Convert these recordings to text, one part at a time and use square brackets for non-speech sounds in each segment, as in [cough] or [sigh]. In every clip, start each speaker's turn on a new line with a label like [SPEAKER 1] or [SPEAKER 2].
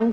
[SPEAKER 1] I'm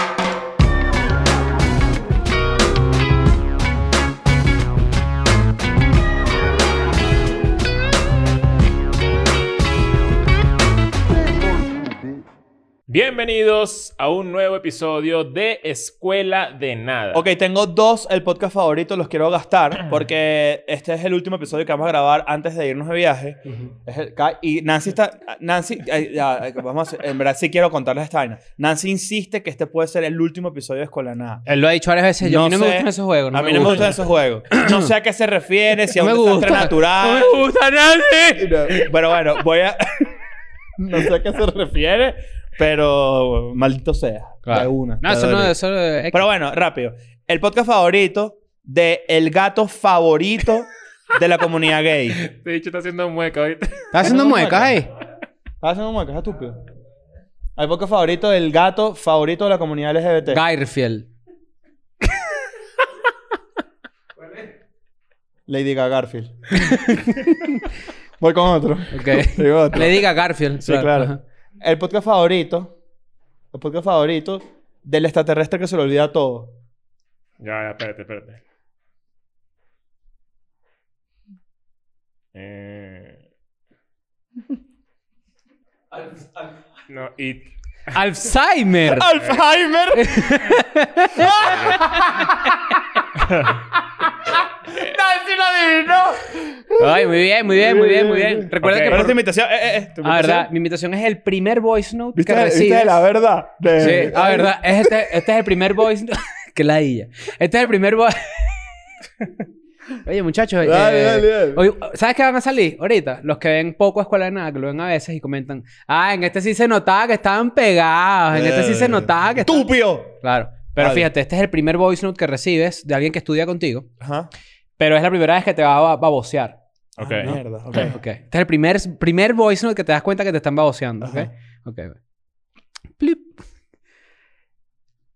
[SPEAKER 2] Bienvenidos a un nuevo episodio de Escuela de Nada.
[SPEAKER 3] Ok, tengo dos, el podcast favorito, los quiero
[SPEAKER 4] [clears throat]
[SPEAKER 3] gastar porque este es el último episodio que vamos a grabar antes de irnos de viaje. Es el ca- y Nancy está, Nancy, ay, ya, ay, vamos, a- en verdad sí quiero contarles esta vaina. Nancy insiste que este puede ser el último episodio de Escuela de Nada.
[SPEAKER 4] Él lo ha dicho varias veces. Yo, a mí no
[SPEAKER 3] sé-
[SPEAKER 4] me gustan esos juegos. No
[SPEAKER 3] a mí no me gustan esos juegos. No sé a qué se refiere, si a
[SPEAKER 4] No
[SPEAKER 3] un
[SPEAKER 4] me
[SPEAKER 3] desastre
[SPEAKER 4] gusta.
[SPEAKER 3] natural.
[SPEAKER 4] me gusta nadie.
[SPEAKER 3] No, Pero bueno, voy a... [laughs] no sé a qué se refiere, pero maldito sea. De una.
[SPEAKER 4] No,
[SPEAKER 3] te
[SPEAKER 4] eso no,
[SPEAKER 3] dolió.
[SPEAKER 4] eso eh,
[SPEAKER 3] Pero bueno, rápido. El podcast favorito de el gato favorito de la comunidad gay. [laughs] ¿Estás
[SPEAKER 2] Te he Este dicho, está haciendo mueca ahorita.
[SPEAKER 4] Estás haciendo muecas eh. ahí.
[SPEAKER 3] haciendo muecas, estúpido? El podcast favorito del gato favorito de la comunidad LGBT.
[SPEAKER 4] Garfield.
[SPEAKER 3] Lady Gaga Garfield. [laughs] Voy con otro.
[SPEAKER 4] Ok.
[SPEAKER 3] [laughs] Digo otro.
[SPEAKER 4] Le diga Garfield.
[SPEAKER 3] Sí, claro.
[SPEAKER 4] Ajá.
[SPEAKER 3] El podcast favorito. El podcast favorito del extraterrestre que se le olvida [laughs] todo.
[SPEAKER 2] [laughs] Ya, ya, espérate, espérate. Eh... No, y...
[SPEAKER 4] Alzheimer.
[SPEAKER 3] [laughs] ¡Alzheimer!
[SPEAKER 4] Ay, muy bien, muy bien, muy bien, muy bien. Recuerda
[SPEAKER 2] Ok.
[SPEAKER 4] que.
[SPEAKER 3] Pero
[SPEAKER 4] Por...
[SPEAKER 3] esta invitación. Eh, eh, eh, tu
[SPEAKER 4] Ah,
[SPEAKER 3] invitación.
[SPEAKER 4] verdad. Mi invitación es el primer voice note
[SPEAKER 3] ¿Viste,
[SPEAKER 4] que
[SPEAKER 3] viste
[SPEAKER 4] recibes.
[SPEAKER 3] la verdad? De-
[SPEAKER 4] Sí, la Eh, verdad. Es este, este es el primer voice [laughs] note. que ladilla. Este es el primer voice. [laughs] Oye, muchachos.
[SPEAKER 3] Dale,
[SPEAKER 4] eh,
[SPEAKER 3] dale, dale.
[SPEAKER 4] oye, ¿Sabes qué van a salir ahorita? Los que ven poco Escuela de Nada, que lo ven a veces y comentan. Ah, en este sí se notaba que estaban
[SPEAKER 3] Ah,
[SPEAKER 4] pegados. En este sí se notaba que. estaban-".
[SPEAKER 3] ¡Estúpido!
[SPEAKER 4] Claro. Pero
[SPEAKER 3] Vale.
[SPEAKER 4] fíjate, este es el primer voice note que recibes de alguien que estudia contigo.
[SPEAKER 3] Ajá.
[SPEAKER 4] Pero es la primera vez que te va a ba- babosear.
[SPEAKER 2] Ok.
[SPEAKER 3] Ah, mierda. Ok.
[SPEAKER 4] Ok. Este es el primer, primer voice note que te das cuenta que te están baboseando. ¿ok?
[SPEAKER 3] Ajá.
[SPEAKER 4] Ok. Plip.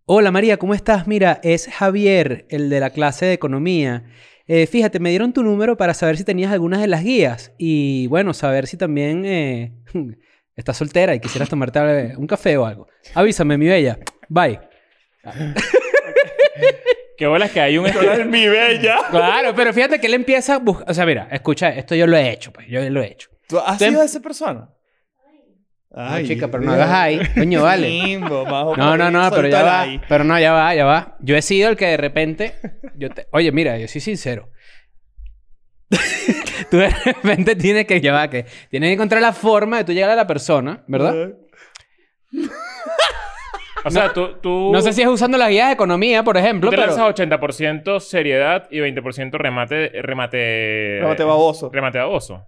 [SPEAKER 4] Hola María, ¿cómo estás? Mira, es Javier, el de la clase de economía. Eh, fíjate, me dieron tu número para saber si tenías algunas de las guías. Y bueno, saber si también eh, [laughs] estás soltera y quisieras tomarte eh, un café o algo. Avísame, mi bella. Bye.
[SPEAKER 2] Qué bolas que hay un...
[SPEAKER 3] es mi bella.
[SPEAKER 4] Claro, pero fíjate que él empieza a buscar. O sea, mira, escucha, esto yo lo he hecho, pues yo lo he hecho.
[SPEAKER 3] ¿Tú has
[SPEAKER 4] Tem-
[SPEAKER 3] sido esa persona?
[SPEAKER 4] No,
[SPEAKER 3] Ay,
[SPEAKER 4] chica, pero no
[SPEAKER 3] Dios.
[SPEAKER 4] hagas ahí. Coño, vale.
[SPEAKER 3] Limbo, bajo
[SPEAKER 4] No, no, no,
[SPEAKER 3] por
[SPEAKER 4] pero
[SPEAKER 3] ahí,
[SPEAKER 4] ya
[SPEAKER 3] suéltala
[SPEAKER 4] va.
[SPEAKER 3] ahí.
[SPEAKER 4] Pero no, ya va, ya va. Yo he sido el que de repente. Yo te- Oye, mira, yo soy sincero. [laughs] tú de repente tienes que. Ya va, que. Tienes que encontrar la forma de tú llegar a la persona, ¿verdad?
[SPEAKER 2] O sea, tú... tú...
[SPEAKER 4] No sé si es usando las guías de economía, por ejemplo,
[SPEAKER 2] Tú te
[SPEAKER 4] pero.
[SPEAKER 2] lanzas 80% seriedad y 20% remate... Remate...
[SPEAKER 3] Remate
[SPEAKER 4] Eh,
[SPEAKER 3] baboso.
[SPEAKER 2] Remate baboso.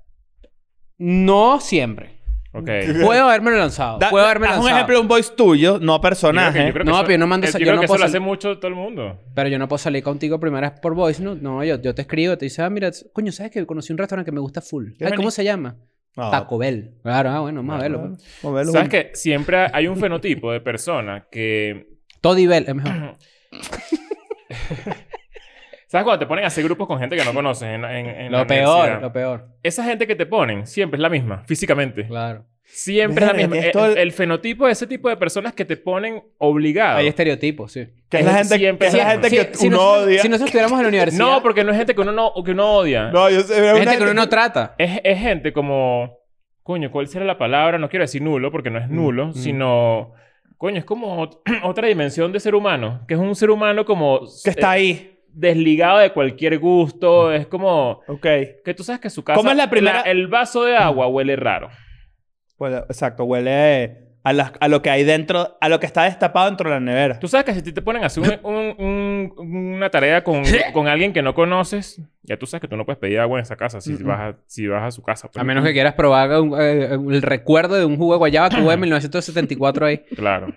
[SPEAKER 4] No
[SPEAKER 3] [laughs]
[SPEAKER 4] siempre.
[SPEAKER 2] Ok.
[SPEAKER 4] Puedo haberme lanzado.
[SPEAKER 3] Da-
[SPEAKER 4] Puedo haberme
[SPEAKER 3] haz
[SPEAKER 4] lanzado.
[SPEAKER 3] un ejemplo de un voice tuyo,
[SPEAKER 2] Yo
[SPEAKER 3] no
[SPEAKER 2] creo que-
[SPEAKER 3] personaje.
[SPEAKER 2] yo creo que
[SPEAKER 4] No,
[SPEAKER 2] eso-
[SPEAKER 4] pero yo no mando
[SPEAKER 2] eh,
[SPEAKER 4] esa-
[SPEAKER 2] Yo
[SPEAKER 4] yo
[SPEAKER 2] creo
[SPEAKER 4] no
[SPEAKER 2] que eso
[SPEAKER 4] puedo
[SPEAKER 2] lo
[SPEAKER 4] sal-
[SPEAKER 2] hace mucho todo el mundo.
[SPEAKER 4] Pero yo no puedo salir contigo primera vez por voice note. No, yo, yo te escribo, te dice, ah, mira, coño, ¿sabes que conocí un restaurante que me gusta full?
[SPEAKER 3] ¿Qué
[SPEAKER 4] Ay,
[SPEAKER 3] vení?
[SPEAKER 4] ¿Cómo se llama?
[SPEAKER 3] No,
[SPEAKER 4] Taco Bell. Claro, ah, bueno, vamos a verlo. pues.
[SPEAKER 3] vamos a verlo
[SPEAKER 2] ¿Sabes
[SPEAKER 3] juntos.
[SPEAKER 2] que Siempre hay un fenotipo de persona que...
[SPEAKER 4] Toddy Bell es
[SPEAKER 3] [clears throat]
[SPEAKER 4] mejor.
[SPEAKER 2] ¿Sabes cuando te ponen a hacer grupos con gente que no conoces en, en- en la
[SPEAKER 4] Lo peor,
[SPEAKER 2] universidad?
[SPEAKER 4] lo peor.
[SPEAKER 2] Esa gente que te ponen siempre es la misma, físicamente.
[SPEAKER 4] Claro.
[SPEAKER 2] Siempre es la
[SPEAKER 3] Verga,
[SPEAKER 2] misma. Eh,
[SPEAKER 3] tienes
[SPEAKER 2] El,
[SPEAKER 3] todo el-
[SPEAKER 2] el fenotipo de ese tipo de personas que te ponen obligado.
[SPEAKER 4] Hay estereotipos, sí.
[SPEAKER 3] Que es la
[SPEAKER 2] es
[SPEAKER 3] gente, que,
[SPEAKER 2] siempre
[SPEAKER 3] es la
[SPEAKER 2] la
[SPEAKER 3] gente
[SPEAKER 2] gente
[SPEAKER 4] Si-
[SPEAKER 3] que
[SPEAKER 4] si
[SPEAKER 3] uno
[SPEAKER 4] nosotros-
[SPEAKER 3] odia.
[SPEAKER 4] Si nosotros estuviéramos en la universidad.
[SPEAKER 2] No, porque no es gente que uno, no, que uno odia.
[SPEAKER 3] no, yo sé.
[SPEAKER 4] Es
[SPEAKER 3] una
[SPEAKER 4] gente que uno no trata.
[SPEAKER 2] Es, es gente como... Coño, ¿cuál será la palabra? No quiero decir nulo, porque no es nulo,
[SPEAKER 4] mm.
[SPEAKER 2] sino... Coño, es como ot- [clears throat] otra dimensión de ser humano. Que es un ser humano como... eh,
[SPEAKER 3] que está
[SPEAKER 4] eh,
[SPEAKER 3] ahí.
[SPEAKER 2] Desligado de cualquier gusto. Es como...
[SPEAKER 3] Ok.
[SPEAKER 2] Que tú sabes que su casa...
[SPEAKER 3] ¿Cómo es la primera-
[SPEAKER 2] el vaso de agua huele raro.
[SPEAKER 3] Huele- exacto, huele a, las- a lo que hay dentro, a lo que está destapado dentro de la nevera.
[SPEAKER 2] Tú sabes que si te ponen a hacer un- un- un- una tarea con, con alguien que no conoces, ya tú sabes que tú no puedes pedir agua en esa casa si,
[SPEAKER 3] Mm-mm.
[SPEAKER 2] vas, a, si vas a su casa. pues.
[SPEAKER 4] A menos que quieras probar un- eh, el recuerdo de un jugo de guayaba que hubo en 1974 ahí.
[SPEAKER 2] Claro.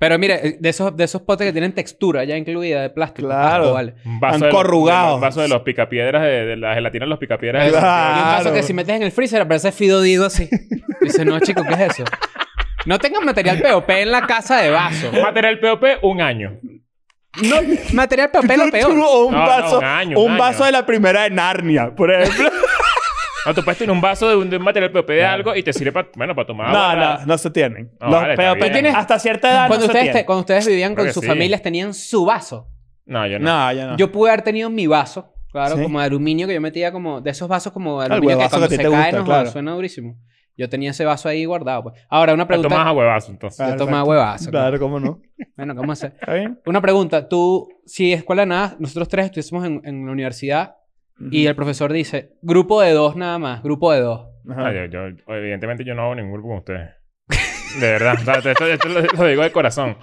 [SPEAKER 4] Pero mire, eh, de esos, de esos potes que tienen textura ya incluida de plástico.
[SPEAKER 3] Claro.
[SPEAKER 4] Asco, vale.
[SPEAKER 2] Un vaso
[SPEAKER 3] Han
[SPEAKER 2] de los-
[SPEAKER 3] corrugado.
[SPEAKER 2] Un vaso de los picapiedras, de, de la gelatina de los picapiedras. de-
[SPEAKER 3] Claro.
[SPEAKER 4] Y un vaso que si metes en el freezer aparece Fido Dido así. Dice, no, chico, ¿qué es eso? No tengas material POP en la casa de vaso.
[SPEAKER 2] Material POP, un año.
[SPEAKER 4] No, material POP es lo
[SPEAKER 3] Tú- tú-
[SPEAKER 4] peor.
[SPEAKER 3] o un
[SPEAKER 2] No, no,
[SPEAKER 3] vaso,
[SPEAKER 2] un año,
[SPEAKER 3] un
[SPEAKER 2] un
[SPEAKER 3] vaso
[SPEAKER 2] año. [laughs]
[SPEAKER 3] de la primera de Narnia, por ejemplo.
[SPEAKER 2] No, tú puedes tener un vaso de un, de un material POP de algo y te sirve para, bueno, para tomar agua.
[SPEAKER 3] No,
[SPEAKER 2] para-
[SPEAKER 3] no, no se tienen.
[SPEAKER 2] Ah, No,
[SPEAKER 3] Los
[SPEAKER 2] vale, está
[SPEAKER 3] peos-
[SPEAKER 2] bien.
[SPEAKER 4] ¿Tú tienes-
[SPEAKER 3] hasta cierta edad
[SPEAKER 4] Cuando,
[SPEAKER 3] no se
[SPEAKER 4] ustedes te-
[SPEAKER 3] tienen.
[SPEAKER 4] cuando uustedes vivían
[SPEAKER 2] Creo
[SPEAKER 4] con
[SPEAKER 2] que
[SPEAKER 4] sus
[SPEAKER 2] sí.
[SPEAKER 4] familias, tenían su vaso.
[SPEAKER 2] No, yo no.
[SPEAKER 3] No, ya no.
[SPEAKER 4] Yo pude haber tenido mi vaso, claro,
[SPEAKER 3] Ah. Sí.
[SPEAKER 4] como de aluminio que yo metía como de esos vasos como
[SPEAKER 3] Claro,
[SPEAKER 4] de
[SPEAKER 3] el
[SPEAKER 4] aluminio que
[SPEAKER 3] huevazo
[SPEAKER 4] cuando
[SPEAKER 3] que a ti
[SPEAKER 4] se
[SPEAKER 3] te
[SPEAKER 4] cae
[SPEAKER 3] gusta,
[SPEAKER 4] nos
[SPEAKER 3] claro.
[SPEAKER 4] suena durísimo. Yo tenía ese vaso ahí guardado. pues. Ahora, una
[SPEAKER 2] Pero tomas
[SPEAKER 4] pregunta.
[SPEAKER 2] a huevazo, entonces.
[SPEAKER 3] Ah.
[SPEAKER 4] Yo tomaba
[SPEAKER 3] Exacto.
[SPEAKER 4] huevazo.
[SPEAKER 3] Claro, cómo no.
[SPEAKER 4] claro. Bueno, ¿cómo hacer?
[SPEAKER 3] ¿Está bien?
[SPEAKER 4] Una pregunta. Tú, si escuela de nada, nosotros tres estuviésemos en, en la universidad y el profesor dice, grupo de dos nada más, grupo de dos.
[SPEAKER 3] Ajá.
[SPEAKER 2] No, Ah, yo, yo- evidentemente yo no hago ningún grupo con ustedes. De verdad. O sea, esto, esto lo, lo digo de corazón.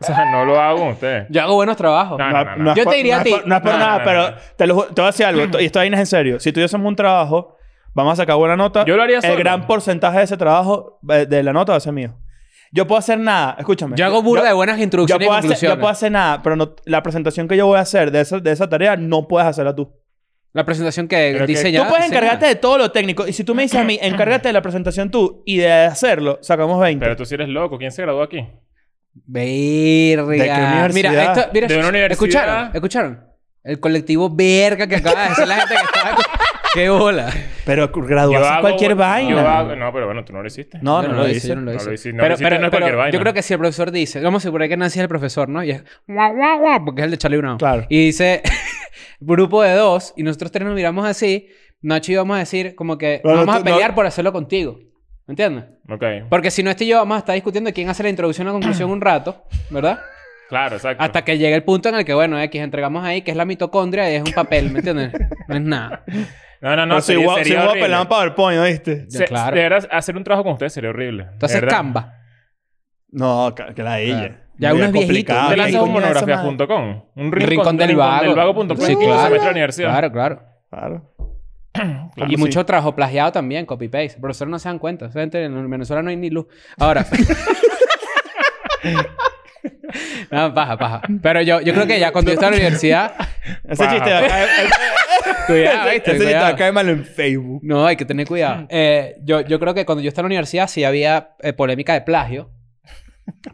[SPEAKER 2] o sea, no lo hago con ustedes.
[SPEAKER 4] Yo hago buenos trabajos.
[SPEAKER 2] No,
[SPEAKER 3] No,
[SPEAKER 2] no,
[SPEAKER 3] no es
[SPEAKER 4] Yo
[SPEAKER 3] por-
[SPEAKER 4] te diría
[SPEAKER 3] no
[SPEAKER 4] a
[SPEAKER 3] es
[SPEAKER 4] ti-
[SPEAKER 3] por- No es por
[SPEAKER 2] no,
[SPEAKER 3] nada,
[SPEAKER 2] no,
[SPEAKER 3] pero
[SPEAKER 2] no.
[SPEAKER 3] te, lo, ju- te voy a decir algo. esto- Y esto ahí no es en serio. Si tuviésemos un trabajo, vamos a sacar buena nota.
[SPEAKER 2] Yo lo haría
[SPEAKER 3] El
[SPEAKER 2] solo.
[SPEAKER 3] gran porcentaje de ese trabajo, eh, de la nota, va a ser mío. Yo puedo hacer nada. Escúchame.
[SPEAKER 4] Yo hago burda
[SPEAKER 3] Yo-
[SPEAKER 4] de buenas
[SPEAKER 3] yo
[SPEAKER 4] introducciones
[SPEAKER 3] puedo,
[SPEAKER 4] y
[SPEAKER 3] hacer, yo
[SPEAKER 4] conclusiones.
[SPEAKER 3] puedo hacer nada, pero no- la presentación que yo voy a hacer de esa, de esa tarea no puedes hacerla tú.
[SPEAKER 4] La presentación que
[SPEAKER 2] Pero que-
[SPEAKER 4] diseña.
[SPEAKER 3] tú puedes
[SPEAKER 4] diseña.
[SPEAKER 3] encargarte de todo lo técnico. Y si tú me dices a mí, encárgate de la presentación tú y de hacerlo, sacamos 20.
[SPEAKER 2] Pero tú sí eres loco. ¿Quién se graduó aquí?
[SPEAKER 3] ¿De qué
[SPEAKER 4] Verga.
[SPEAKER 3] universidad?
[SPEAKER 4] Mira, esto, mira,
[SPEAKER 2] De una universidad.
[SPEAKER 4] ¿Escucharon? ¿Escucharon? El colectivo verga que acaba de hacer la gente que
[SPEAKER 2] [laughs]
[SPEAKER 4] estaba. con- ¡Qué bola!
[SPEAKER 3] Pero, graduarse es cualquier
[SPEAKER 2] yo
[SPEAKER 3] vaina.
[SPEAKER 2] hago- no, pero bueno, tú no lo hiciste.
[SPEAKER 3] No, no,
[SPEAKER 4] Yo
[SPEAKER 3] lo hice.
[SPEAKER 4] yo no lo
[SPEAKER 2] No
[SPEAKER 4] hice.
[SPEAKER 2] lo hice, no lo
[SPEAKER 4] pero,
[SPEAKER 2] hiciste,
[SPEAKER 4] pero-
[SPEAKER 2] no es cualquier
[SPEAKER 4] pero
[SPEAKER 2] vaina.
[SPEAKER 4] yo creo que si el profesor dice, vamos a asegurar que Nancy es el profesor, ¿no? Y es guau, guau, guau, porque es el de Charlie Brown.
[SPEAKER 3] Claro.
[SPEAKER 4] Y dice, [laughs] grupo de dos, y nosotros tres nos miramos así, Nacho y yo vamos a decir, como que
[SPEAKER 3] Bueno,
[SPEAKER 4] vamos
[SPEAKER 3] tú-
[SPEAKER 4] a pelear
[SPEAKER 3] no-
[SPEAKER 4] por hacerlo contigo. ¿Me entiendes?
[SPEAKER 2] Ok.
[SPEAKER 4] Porque si no, este y yo vamos a estar discutiendo quién hace la introducción a la conclusión un rato, ¿verdad?
[SPEAKER 2] Claro, exacto.
[SPEAKER 4] Hasta que llegue el punto en el que, bueno, X, entregamos ahí, que es la mitocondria, y es un papel, ¿me entiendes? No es nada.
[SPEAKER 2] No, no,
[SPEAKER 3] No,
[SPEAKER 2] no.
[SPEAKER 3] si
[SPEAKER 2] Sería,
[SPEAKER 3] voy
[SPEAKER 2] sería
[SPEAKER 3] si voy a
[SPEAKER 2] horrible.
[SPEAKER 3] pelar un PowerPoint, ¿oíste?
[SPEAKER 4] Ya,
[SPEAKER 2] Se-
[SPEAKER 4] claro.
[SPEAKER 2] De verdad, hacer un trabajo con ustedes sería horrible. De
[SPEAKER 4] Entonces,
[SPEAKER 2] verdad.
[SPEAKER 4] Canva.
[SPEAKER 3] No, ca- que la ella.
[SPEAKER 4] Claro. Ya uno es viejito, uno
[SPEAKER 2] Te
[SPEAKER 4] es
[SPEAKER 2] lanzas
[SPEAKER 4] viejito.
[SPEAKER 2] un monografía.com. Un rincón,
[SPEAKER 4] Rincón del Vago.
[SPEAKER 2] vago.com.
[SPEAKER 4] Sí,
[SPEAKER 2] Sí,
[SPEAKER 4] claro.
[SPEAKER 2] semestre de universidad.
[SPEAKER 4] Claro, claro.
[SPEAKER 3] Claro.
[SPEAKER 4] y mucho trabajo plagiado también, copy-paste. Profesores no se dan cuenta. Esa gente en Venezuela no hay ni luz. Ahora. pues. [laughs] no, paja, paja. Pero yo, yo creo que ya cuando yo estaba en la universidad...
[SPEAKER 3] Ese
[SPEAKER 2] Wow.
[SPEAKER 3] chiste va a caer-
[SPEAKER 4] [laughs] Cuidado,
[SPEAKER 3] ese-
[SPEAKER 4] ¿viste?
[SPEAKER 3] ese chiste va a
[SPEAKER 4] Cuidado.
[SPEAKER 3] caer mal en Facebook.
[SPEAKER 4] No, hay que tener
[SPEAKER 2] Mm.
[SPEAKER 4] cuidado. Eh, yo, yo creo que cuando yo estaba en la universidad sí había eh, polémica de plagio.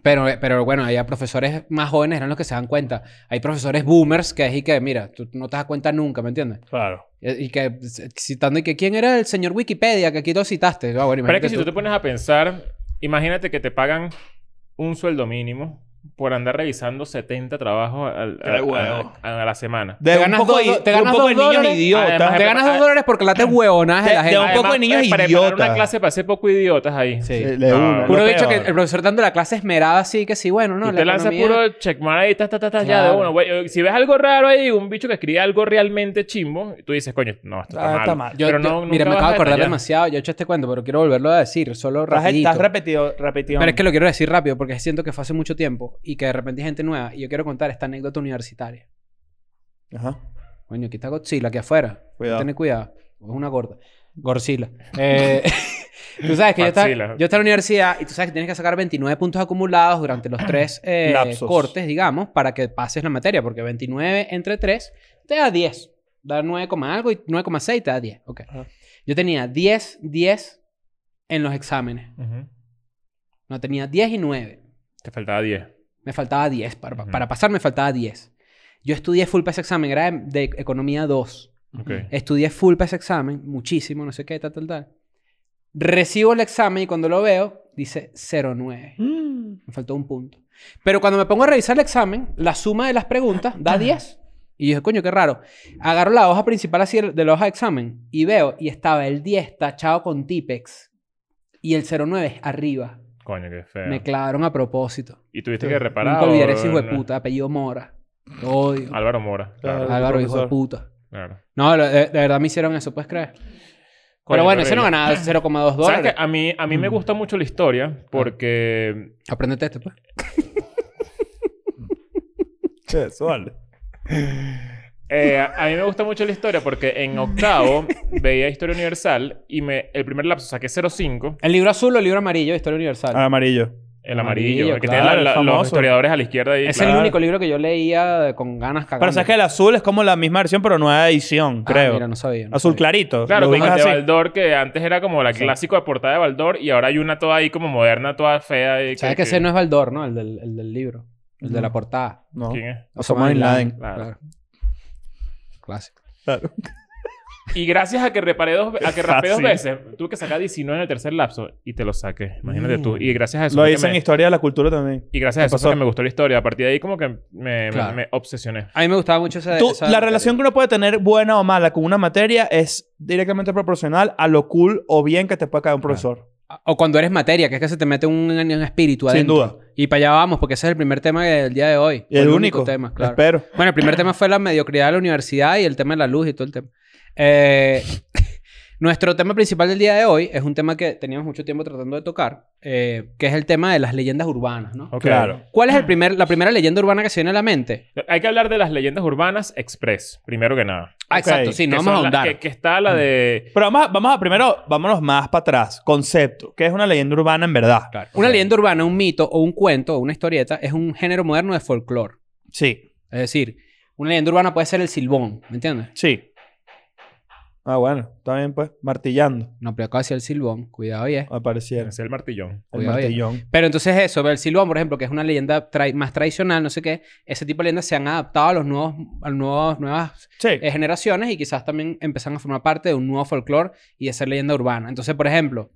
[SPEAKER 4] Pero, eh, pero bueno, había profesores más jóvenes eran los que se dan cuenta. Hay profesores boomers que es y que, mira, tú no te das cuenta nunca, ¿me entiendes? Eh,
[SPEAKER 3] Claro.
[SPEAKER 4] Y y que citando y que quién era el señor Wikipedia que aquí lo citaste. Ah,
[SPEAKER 2] Pero
[SPEAKER 4] bueno,
[SPEAKER 2] es que
[SPEAKER 4] imagínate
[SPEAKER 2] si tú te pones a pensar, imagínate que te pagan un sueldo mínimo por andar revisando 70 trabajos al-
[SPEAKER 3] Qué
[SPEAKER 2] a,
[SPEAKER 3] huevo.
[SPEAKER 2] a- a- a la semana.
[SPEAKER 3] De
[SPEAKER 4] Te ganas
[SPEAKER 3] un poco,
[SPEAKER 4] dos-
[SPEAKER 3] de-
[SPEAKER 4] te
[SPEAKER 3] de
[SPEAKER 4] ganas
[SPEAKER 3] un poco
[SPEAKER 4] dos
[SPEAKER 3] de niños
[SPEAKER 4] dólares.
[SPEAKER 3] idiotas.
[SPEAKER 2] Además,
[SPEAKER 4] Te ganas dos dólares porque
[SPEAKER 2] [clears throat]
[SPEAKER 4] late huevonadas de la
[SPEAKER 3] De- de
[SPEAKER 4] gente.
[SPEAKER 3] un poco de niños
[SPEAKER 2] para
[SPEAKER 3] idiotas.
[SPEAKER 2] eh, preparar una clase para ser poco idiotas ahí.
[SPEAKER 4] Sí.
[SPEAKER 3] Eh, de una,
[SPEAKER 2] Ah.
[SPEAKER 4] Puro
[SPEAKER 3] lo
[SPEAKER 4] bicho que
[SPEAKER 3] peor.
[SPEAKER 4] el profesor dando la clase esmerada así que sí, bueno, no.
[SPEAKER 2] Tú
[SPEAKER 4] la
[SPEAKER 2] te lanzas
[SPEAKER 4] economía-
[SPEAKER 2] puro checkmar ahí, ta, ta, ta, ta, ya
[SPEAKER 4] Claro.
[SPEAKER 2] de uno. güey. Si ves algo raro ahí, un bicho que escribe algo realmente chimbo, tú dices, coño, no, esto
[SPEAKER 3] Ah,
[SPEAKER 2] está,
[SPEAKER 3] está
[SPEAKER 2] mal.
[SPEAKER 3] mal.
[SPEAKER 4] Yo,
[SPEAKER 2] Pero
[SPEAKER 4] yo-
[SPEAKER 2] no, nunca
[SPEAKER 4] mira, me
[SPEAKER 2] vas
[SPEAKER 4] acabo
[SPEAKER 2] a
[SPEAKER 4] de acordar
[SPEAKER 2] detallar.
[SPEAKER 4] demasiado. Yo he hecho este cuento, pero quiero volverlo a decir, solo
[SPEAKER 3] Estás-
[SPEAKER 4] rapidito.
[SPEAKER 3] Estás repetido, repetido.
[SPEAKER 4] Pero es que lo quiero decir rápido porque siento que fue hace mucho tiempo y que de repente hay gente nueva y yo quiero contar esta anécdota universitaria.
[SPEAKER 3] Ajá.
[SPEAKER 4] Coño, aquí está Godzilla aquí afuera.
[SPEAKER 3] Cuidado.
[SPEAKER 4] Ten cuidado. Es una gorda. Godzilla. Eh, [laughs] tú sabes que yo estaba,
[SPEAKER 2] Godzilla.
[SPEAKER 4] yo estaba en la universidad y tú sabes que tienes que sacar 29 puntos acumulados durante los tres eh,
[SPEAKER 3] Lapsos.
[SPEAKER 4] cortes, digamos, para que pases la materia. Porque 29 entre 3 te da 10. Da 9, coma algo y 9,6 te da 10. Ok.
[SPEAKER 3] Ajá.
[SPEAKER 4] Yo tenía 10, 10 en los exámenes.
[SPEAKER 2] Ujú.
[SPEAKER 4] No, tenía 10 y 9.
[SPEAKER 2] Te faltaba 10.
[SPEAKER 4] Me faltaba 10. Para,
[SPEAKER 2] Ujú.
[SPEAKER 4] para pasar me faltaba 10. Yo estudié full para ese examen. Era de, de economía 2.
[SPEAKER 2] Ok.
[SPEAKER 4] Estudié full para ese examen. Muchísimo, no sé qué, tal, tal, tal. Recibo el examen y cuando lo veo, dice 09. Me faltó un punto. Pero cuando me pongo a revisar el examen, la suma de las preguntas da 10. Y yo dije, coño, qué raro. Agarro la hoja principal así de la hoja de examen y veo, y estaba el 10 tachado con Tipex E y el 09 arriba.
[SPEAKER 2] Coño, qué feo.
[SPEAKER 4] Me clavaron a propósito.
[SPEAKER 2] Y tuviste que reparar.
[SPEAKER 4] Nunca olvidaré ese
[SPEAKER 2] o-
[SPEAKER 4] hijo de puta, apellido Mora. Lo odio.
[SPEAKER 2] Álvaro Mora. Claro.
[SPEAKER 3] Claro.
[SPEAKER 4] Álvaro, hijo de
[SPEAKER 3] Ah, profesor.
[SPEAKER 4] puta.
[SPEAKER 2] claro.
[SPEAKER 4] No, lo- de, de verdad me hicieron eso, ¿puedes creer?
[SPEAKER 2] Coño,
[SPEAKER 4] Pero bueno,
[SPEAKER 2] qué
[SPEAKER 4] ese no
[SPEAKER 2] horrible.
[SPEAKER 3] [laughs]
[SPEAKER 4] ganaba 0,2
[SPEAKER 2] ¿Sabes
[SPEAKER 4] dólares.
[SPEAKER 2] que a mí, a mí
[SPEAKER 3] Mm.
[SPEAKER 2] me gusta mucho la
[SPEAKER 3] Ah.
[SPEAKER 2] historia porque...
[SPEAKER 4] Aprendete este, pues.
[SPEAKER 3] Che, eso vale.
[SPEAKER 2] eh, a mí me gusta mucho la historia porque en
[SPEAKER 3] [laughs]
[SPEAKER 2] octavo veía Historia Universal y me, el primer lapso saqué 05,
[SPEAKER 4] El libro azul o el libro amarillo, Historia Universal.
[SPEAKER 3] Ah, amarillo.
[SPEAKER 2] el amarillo,
[SPEAKER 4] Amarillo,
[SPEAKER 2] el que
[SPEAKER 4] claro,
[SPEAKER 2] tiene la- la-
[SPEAKER 3] el famoso.
[SPEAKER 2] los historiadores a la izquierda ahí.
[SPEAKER 4] es
[SPEAKER 2] claro.
[SPEAKER 4] el
[SPEAKER 3] claro.
[SPEAKER 4] único libro que yo leía eh, con ganas cagando.
[SPEAKER 3] Pero sabes que el azul es como la misma versión, pero nueva edición,
[SPEAKER 4] Ah,
[SPEAKER 3] creo.
[SPEAKER 4] mira, no sabía. no
[SPEAKER 3] azul
[SPEAKER 4] sabía.
[SPEAKER 3] clarito.
[SPEAKER 2] Claro,
[SPEAKER 3] Lo
[SPEAKER 2] como el
[SPEAKER 3] ubicas
[SPEAKER 2] de
[SPEAKER 3] así.
[SPEAKER 2] Baldor, que antes era como la clásico de portada de Baldor y ahora hay una toda ahí como moderna, toda fea. Y
[SPEAKER 4] Sabes que ese no es Baldor, ¿no? El del, el del libro. El de
[SPEAKER 3] No.
[SPEAKER 4] la portada.
[SPEAKER 3] No.
[SPEAKER 2] ¿Quién es?
[SPEAKER 3] Osama Bin Laden.
[SPEAKER 4] Claro.
[SPEAKER 2] Claro.
[SPEAKER 4] Clásico.
[SPEAKER 3] Claro.
[SPEAKER 2] Y gracias a que reparé dos, a
[SPEAKER 3] [laughs]
[SPEAKER 2] que raspé dos
[SPEAKER 3] Fácil.
[SPEAKER 2] veces, tuve que sacar 19 en el tercer lapso y te lo saqué. Imagínate tú. Y gracias a eso.
[SPEAKER 3] Mm. Lo
[SPEAKER 2] fue que
[SPEAKER 3] hice en
[SPEAKER 2] me-
[SPEAKER 3] Historia de la Cultura también.
[SPEAKER 2] y gracias a eso fue
[SPEAKER 3] pasó.
[SPEAKER 2] que me gustó la historia. A partir de ahí como que me,
[SPEAKER 4] Claro.
[SPEAKER 2] me obsesioné.
[SPEAKER 4] A mí me gustaba mucho esa...
[SPEAKER 3] Tú-
[SPEAKER 4] esa
[SPEAKER 3] la
[SPEAKER 4] materia.
[SPEAKER 3] relación que uno puede tener, buena o mala, con una materia es directamente proporcional a lo cool o bien que te puede caer un profesor.
[SPEAKER 4] O cuando eres materia, que es que se te mete un, un espíritu
[SPEAKER 3] Sin
[SPEAKER 4] adentro.
[SPEAKER 3] duda.
[SPEAKER 4] Y para allá vamos, porque ese es el primer tema del día de hoy.
[SPEAKER 3] Y el,
[SPEAKER 4] O
[SPEAKER 3] único.
[SPEAKER 4] tema, claro.
[SPEAKER 3] Espero.
[SPEAKER 4] Bueno, el primer tema fue la mediocridad de la universidad y el tema de la luz y todo el tema. Eh, [laughs] nuestro tema principal del día de hoy es un tema que teníamos mucho tiempo tratando de tocar, eh, que es el tema de las leyendas urbanas, ¿no?
[SPEAKER 2] Ok.
[SPEAKER 3] Claro.
[SPEAKER 4] ¿Cuál es el primer, la primera leyenda urbana que se viene a la mente?
[SPEAKER 2] Hay que hablar de las leyendas urbanas express, primero que nada.
[SPEAKER 4] Ah,
[SPEAKER 3] Ok.
[SPEAKER 4] exacto, sí, no
[SPEAKER 2] Que son
[SPEAKER 4] vamos a
[SPEAKER 2] la-
[SPEAKER 4] ahondar. Mm.
[SPEAKER 2] que, que está la de...
[SPEAKER 3] Pero vamos a, vamos a primero, vámonos más para atrás. Concepto. ¿Qué es una leyenda urbana en verdad?
[SPEAKER 4] Claro. Una leyenda urbana, un mito o un cuento o una historieta es un género moderno de folclore.
[SPEAKER 3] Sí.
[SPEAKER 4] Es decir, una leyenda urbana puede ser el silbón, ¿me entiendes?
[SPEAKER 3] Sí. Ah, bueno. Está bien, pues. Martillando.
[SPEAKER 4] No, pero acá decía el silbón, cuidado y es.
[SPEAKER 3] Apareciera.
[SPEAKER 2] Es el martillón.
[SPEAKER 3] El
[SPEAKER 4] Cuidado,
[SPEAKER 3] martillón.
[SPEAKER 4] Pero entonces eso, el silbón, por ejemplo, que es una leyenda trai- más tradicional, no sé qué, ese tipo de leyendas se han adaptado a los nuevos, a nuevos, nuevas
[SPEAKER 3] Sí.
[SPEAKER 4] eh, generaciones y quizás también empezaron a formar parte de un nuevo folclore y de ser leyenda urbana. Entonces, por ejemplo,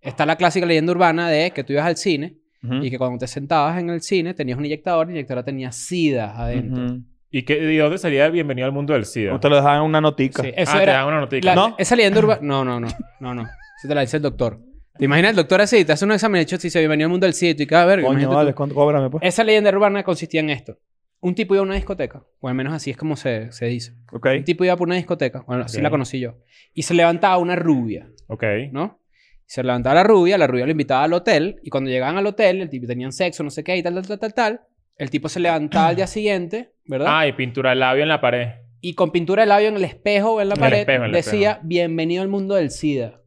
[SPEAKER 4] está la clásica leyenda urbana de que tú ibas al cine
[SPEAKER 3] Ujú.
[SPEAKER 4] y que cuando te sentabas en el cine tenías un inyector y el inyector tenía sida adentro.
[SPEAKER 3] Ujú.
[SPEAKER 2] ¿Y qué, de dónde salía el bienvenido al mundo del SIDA?
[SPEAKER 3] O te lo dejaban en una notica.
[SPEAKER 4] Sí, eso
[SPEAKER 2] ah, te
[SPEAKER 4] era
[SPEAKER 2] dan una noticia.
[SPEAKER 4] la-
[SPEAKER 3] ¿No?
[SPEAKER 4] Esa leyenda urbana... No, no, no. No, no. Eso te la dice el doctor. ¿Te imaginas el doctor así? Te hace un examen hecho si se bienvenido al mundo del sitio y cada verga.
[SPEAKER 3] Coño,
[SPEAKER 4] imagínate tú. Eh,
[SPEAKER 3] vale. ¿Cuánto cóbrame, pues?
[SPEAKER 4] Esa leyenda urbana consistía en esto. Un tipo iba a una discoteca, o al menos así es como se, se dice.
[SPEAKER 3] Ok.
[SPEAKER 4] Un tipo iba por una discoteca, bueno, así
[SPEAKER 2] Ok.
[SPEAKER 4] la conocí yo, y se levantaba una rubia,
[SPEAKER 2] Ok.
[SPEAKER 4] ¿no? Se levantaba la rubia, la rubia lo invitaba al hotel, y cuando llegaban al hotel, el tipo tenían sexo, no sé qué, y tal, tal, tal, tal, tal. El tipo se levantaba al día siguiente, ¿verdad?
[SPEAKER 2] Ah, y pintura de labio en la pared.
[SPEAKER 4] Y con pintura de labio en el espejo o en la
[SPEAKER 2] En el
[SPEAKER 4] pared
[SPEAKER 2] espejo, en el
[SPEAKER 4] decía,
[SPEAKER 2] espejo.
[SPEAKER 4] bienvenido al mundo del SIDA.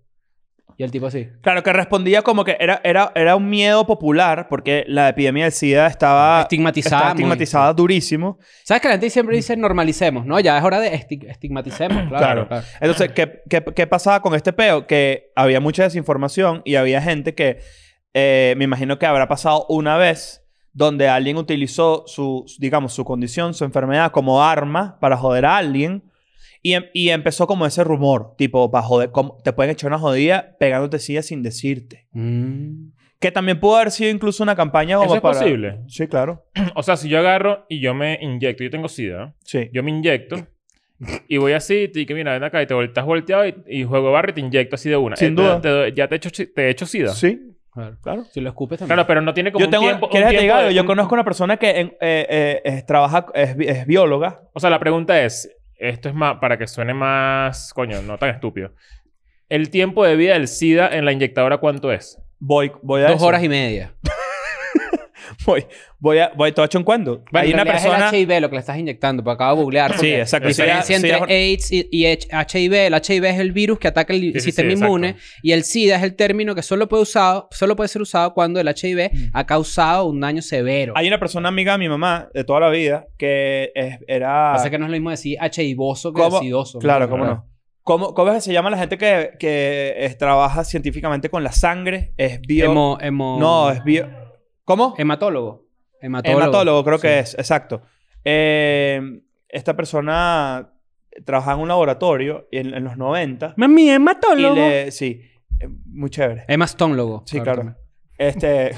[SPEAKER 4] Y el tipo así.
[SPEAKER 3] Claro, que respondía como que era, era, era un miedo popular porque la epidemia del SIDA estaba
[SPEAKER 4] Estigmatizada.
[SPEAKER 3] estaba
[SPEAKER 4] muy-
[SPEAKER 3] estigmatizada durísimo.
[SPEAKER 4] ¿Sabes que la gente siempre dice normalicemos? No, ya es hora de esti- estigmaticemos.
[SPEAKER 3] Claro.
[SPEAKER 4] claro. claro.
[SPEAKER 3] Entonces, ¿qué, qué, qué pasaba con este peo? Que había mucha desinformación y había gente que eh, me imagino que habrá pasado una vez donde alguien utilizó su, digamos, su condición, su enfermedad como arma para joder a alguien y, em- y empezó como ese rumor, tipo, para joder, como, te pueden echar una jodida pegándote silla sin decirte.
[SPEAKER 4] Mm.
[SPEAKER 3] Que también pudo haber sido incluso una campaña como
[SPEAKER 2] ¿Eso es
[SPEAKER 3] para...
[SPEAKER 2] posible?
[SPEAKER 3] Sí, claro.
[SPEAKER 2] O sea, si yo agarro y yo me inyecto, yo tengo SIDA,
[SPEAKER 3] Sí.
[SPEAKER 2] yo me inyecto y voy así, y que mira, ven acá y te vol- estás volteado y, y juego barrio y te inyecto así de una.
[SPEAKER 3] Sin
[SPEAKER 2] Eh,
[SPEAKER 3] duda.
[SPEAKER 2] Te, te doy- ya te he hecho, chi- te he hecho SIDA.
[SPEAKER 3] Sí,
[SPEAKER 4] Claro.
[SPEAKER 3] claro.
[SPEAKER 4] Si lo escupes también.
[SPEAKER 2] Claro, pero no tiene como
[SPEAKER 3] Yo
[SPEAKER 2] un
[SPEAKER 3] tengo,
[SPEAKER 2] tiempo. un
[SPEAKER 3] ¿quieres que te
[SPEAKER 2] tiempo
[SPEAKER 3] diga algo?
[SPEAKER 2] de-
[SPEAKER 3] Yo conozco una persona que en- eh, eh, es- trabaja, es, bi- es bióloga.
[SPEAKER 2] O sea, la pregunta es, esto es más para que suene más, coño, no tan estúpido. El tiempo de vida del SIDA en la inyectadora cuánto es?
[SPEAKER 3] Voy, voy a
[SPEAKER 4] Dos
[SPEAKER 3] eso.
[SPEAKER 4] horas y media.
[SPEAKER 3] [laughs] Voy, voy a, voy todo hecho en cuando.
[SPEAKER 4] Bueno,
[SPEAKER 3] Hay una persona.
[SPEAKER 4] Es el HIV lo que le estás inyectando, porque acabo de googlear.
[SPEAKER 3] Sí,
[SPEAKER 4] porque
[SPEAKER 3] exacto.
[SPEAKER 4] La
[SPEAKER 3] Sí,
[SPEAKER 4] diferencia
[SPEAKER 3] sí,
[SPEAKER 4] entre
[SPEAKER 3] es-
[SPEAKER 4] AIDS y, y HIV. El HIV es el virus que ataca el
[SPEAKER 2] sí, sí,
[SPEAKER 4] sistema
[SPEAKER 2] exacto.
[SPEAKER 4] inmune. Y el SIDA es el término que solo puede, usado, solo puede ser usado cuando el HIV ha causado un daño severo.
[SPEAKER 3] Hay una persona amiga de mi mamá de toda la vida que es- era.
[SPEAKER 4] Pasa que no es lo mismo decir HIVoso que
[SPEAKER 3] ¿Cómo?
[SPEAKER 4] SIDoso.
[SPEAKER 3] Claro, cómo
[SPEAKER 2] ¿verdad?
[SPEAKER 3] no. ¿Cómo, ¿Cómo es que se llama la gente que, que es- trabaja científicamente con la sangre? Es bio.
[SPEAKER 4] Hemo- hemo-
[SPEAKER 3] No, es bio. ¿Cómo?
[SPEAKER 4] Hematólogo. Hematólogo.
[SPEAKER 3] Hematólogo, creo
[SPEAKER 4] Sí.
[SPEAKER 3] que es, exacto. Eh, esta persona trabajaba en un laboratorio en, en los 90.
[SPEAKER 4] Mami,
[SPEAKER 3] Y
[SPEAKER 4] hematólogo.
[SPEAKER 3] le, sí, eh, muy chévere.
[SPEAKER 4] Hemastólogo.
[SPEAKER 3] Sí, claro.
[SPEAKER 4] [laughs]
[SPEAKER 3] Este.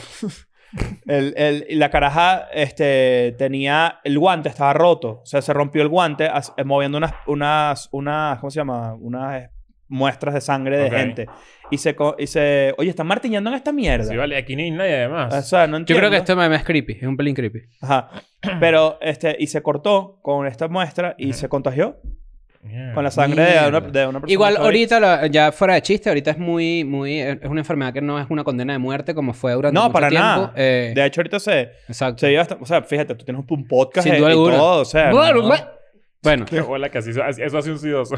[SPEAKER 3] el- el- y la caraja este, tenía. El guante estaba roto. O sea, se rompió el guante as- eh, moviendo unas, unas, unas. ¿Cómo se llama? Unas eh, muestras de sangre de
[SPEAKER 2] Ok.
[SPEAKER 3] gente. Y se, co- y se. Oye, están martillando en esta mierda.
[SPEAKER 2] Sí, vale, aquí no hay nadie además.
[SPEAKER 3] O sea, no
[SPEAKER 4] Yo
[SPEAKER 3] entiendo.
[SPEAKER 4] creo que esto me es creepy. Es un pelín creepy.
[SPEAKER 3] Ajá.
[SPEAKER 4] [clears throat]
[SPEAKER 3] Pero, este, y se cortó con esta muestra y
[SPEAKER 2] Ujú.
[SPEAKER 3] se contagió
[SPEAKER 2] Mierda.
[SPEAKER 3] con la sangre de una,
[SPEAKER 4] Mierda.
[SPEAKER 3] de una persona.
[SPEAKER 4] Igual
[SPEAKER 3] que estaba ahí.
[SPEAKER 4] ahorita, la- ya fuera de chiste, ahorita es muy, muy, es una enfermedad que no es una condena de muerte como fue durante
[SPEAKER 3] No,
[SPEAKER 4] mucho
[SPEAKER 3] para
[SPEAKER 4] tiempo.
[SPEAKER 3] nada.
[SPEAKER 4] Eh,
[SPEAKER 3] De hecho, ahorita se,
[SPEAKER 4] exacto.
[SPEAKER 3] se lleva hasta- O sea, fíjate, tú tienes un podcast
[SPEAKER 4] Sin
[SPEAKER 3] y,
[SPEAKER 4] duda
[SPEAKER 3] y
[SPEAKER 4] alguna.
[SPEAKER 3] todo. O sea,
[SPEAKER 4] Bueno,
[SPEAKER 3] no.
[SPEAKER 4] bueno,
[SPEAKER 2] Qué bola que así, así- eso hace un sidoso.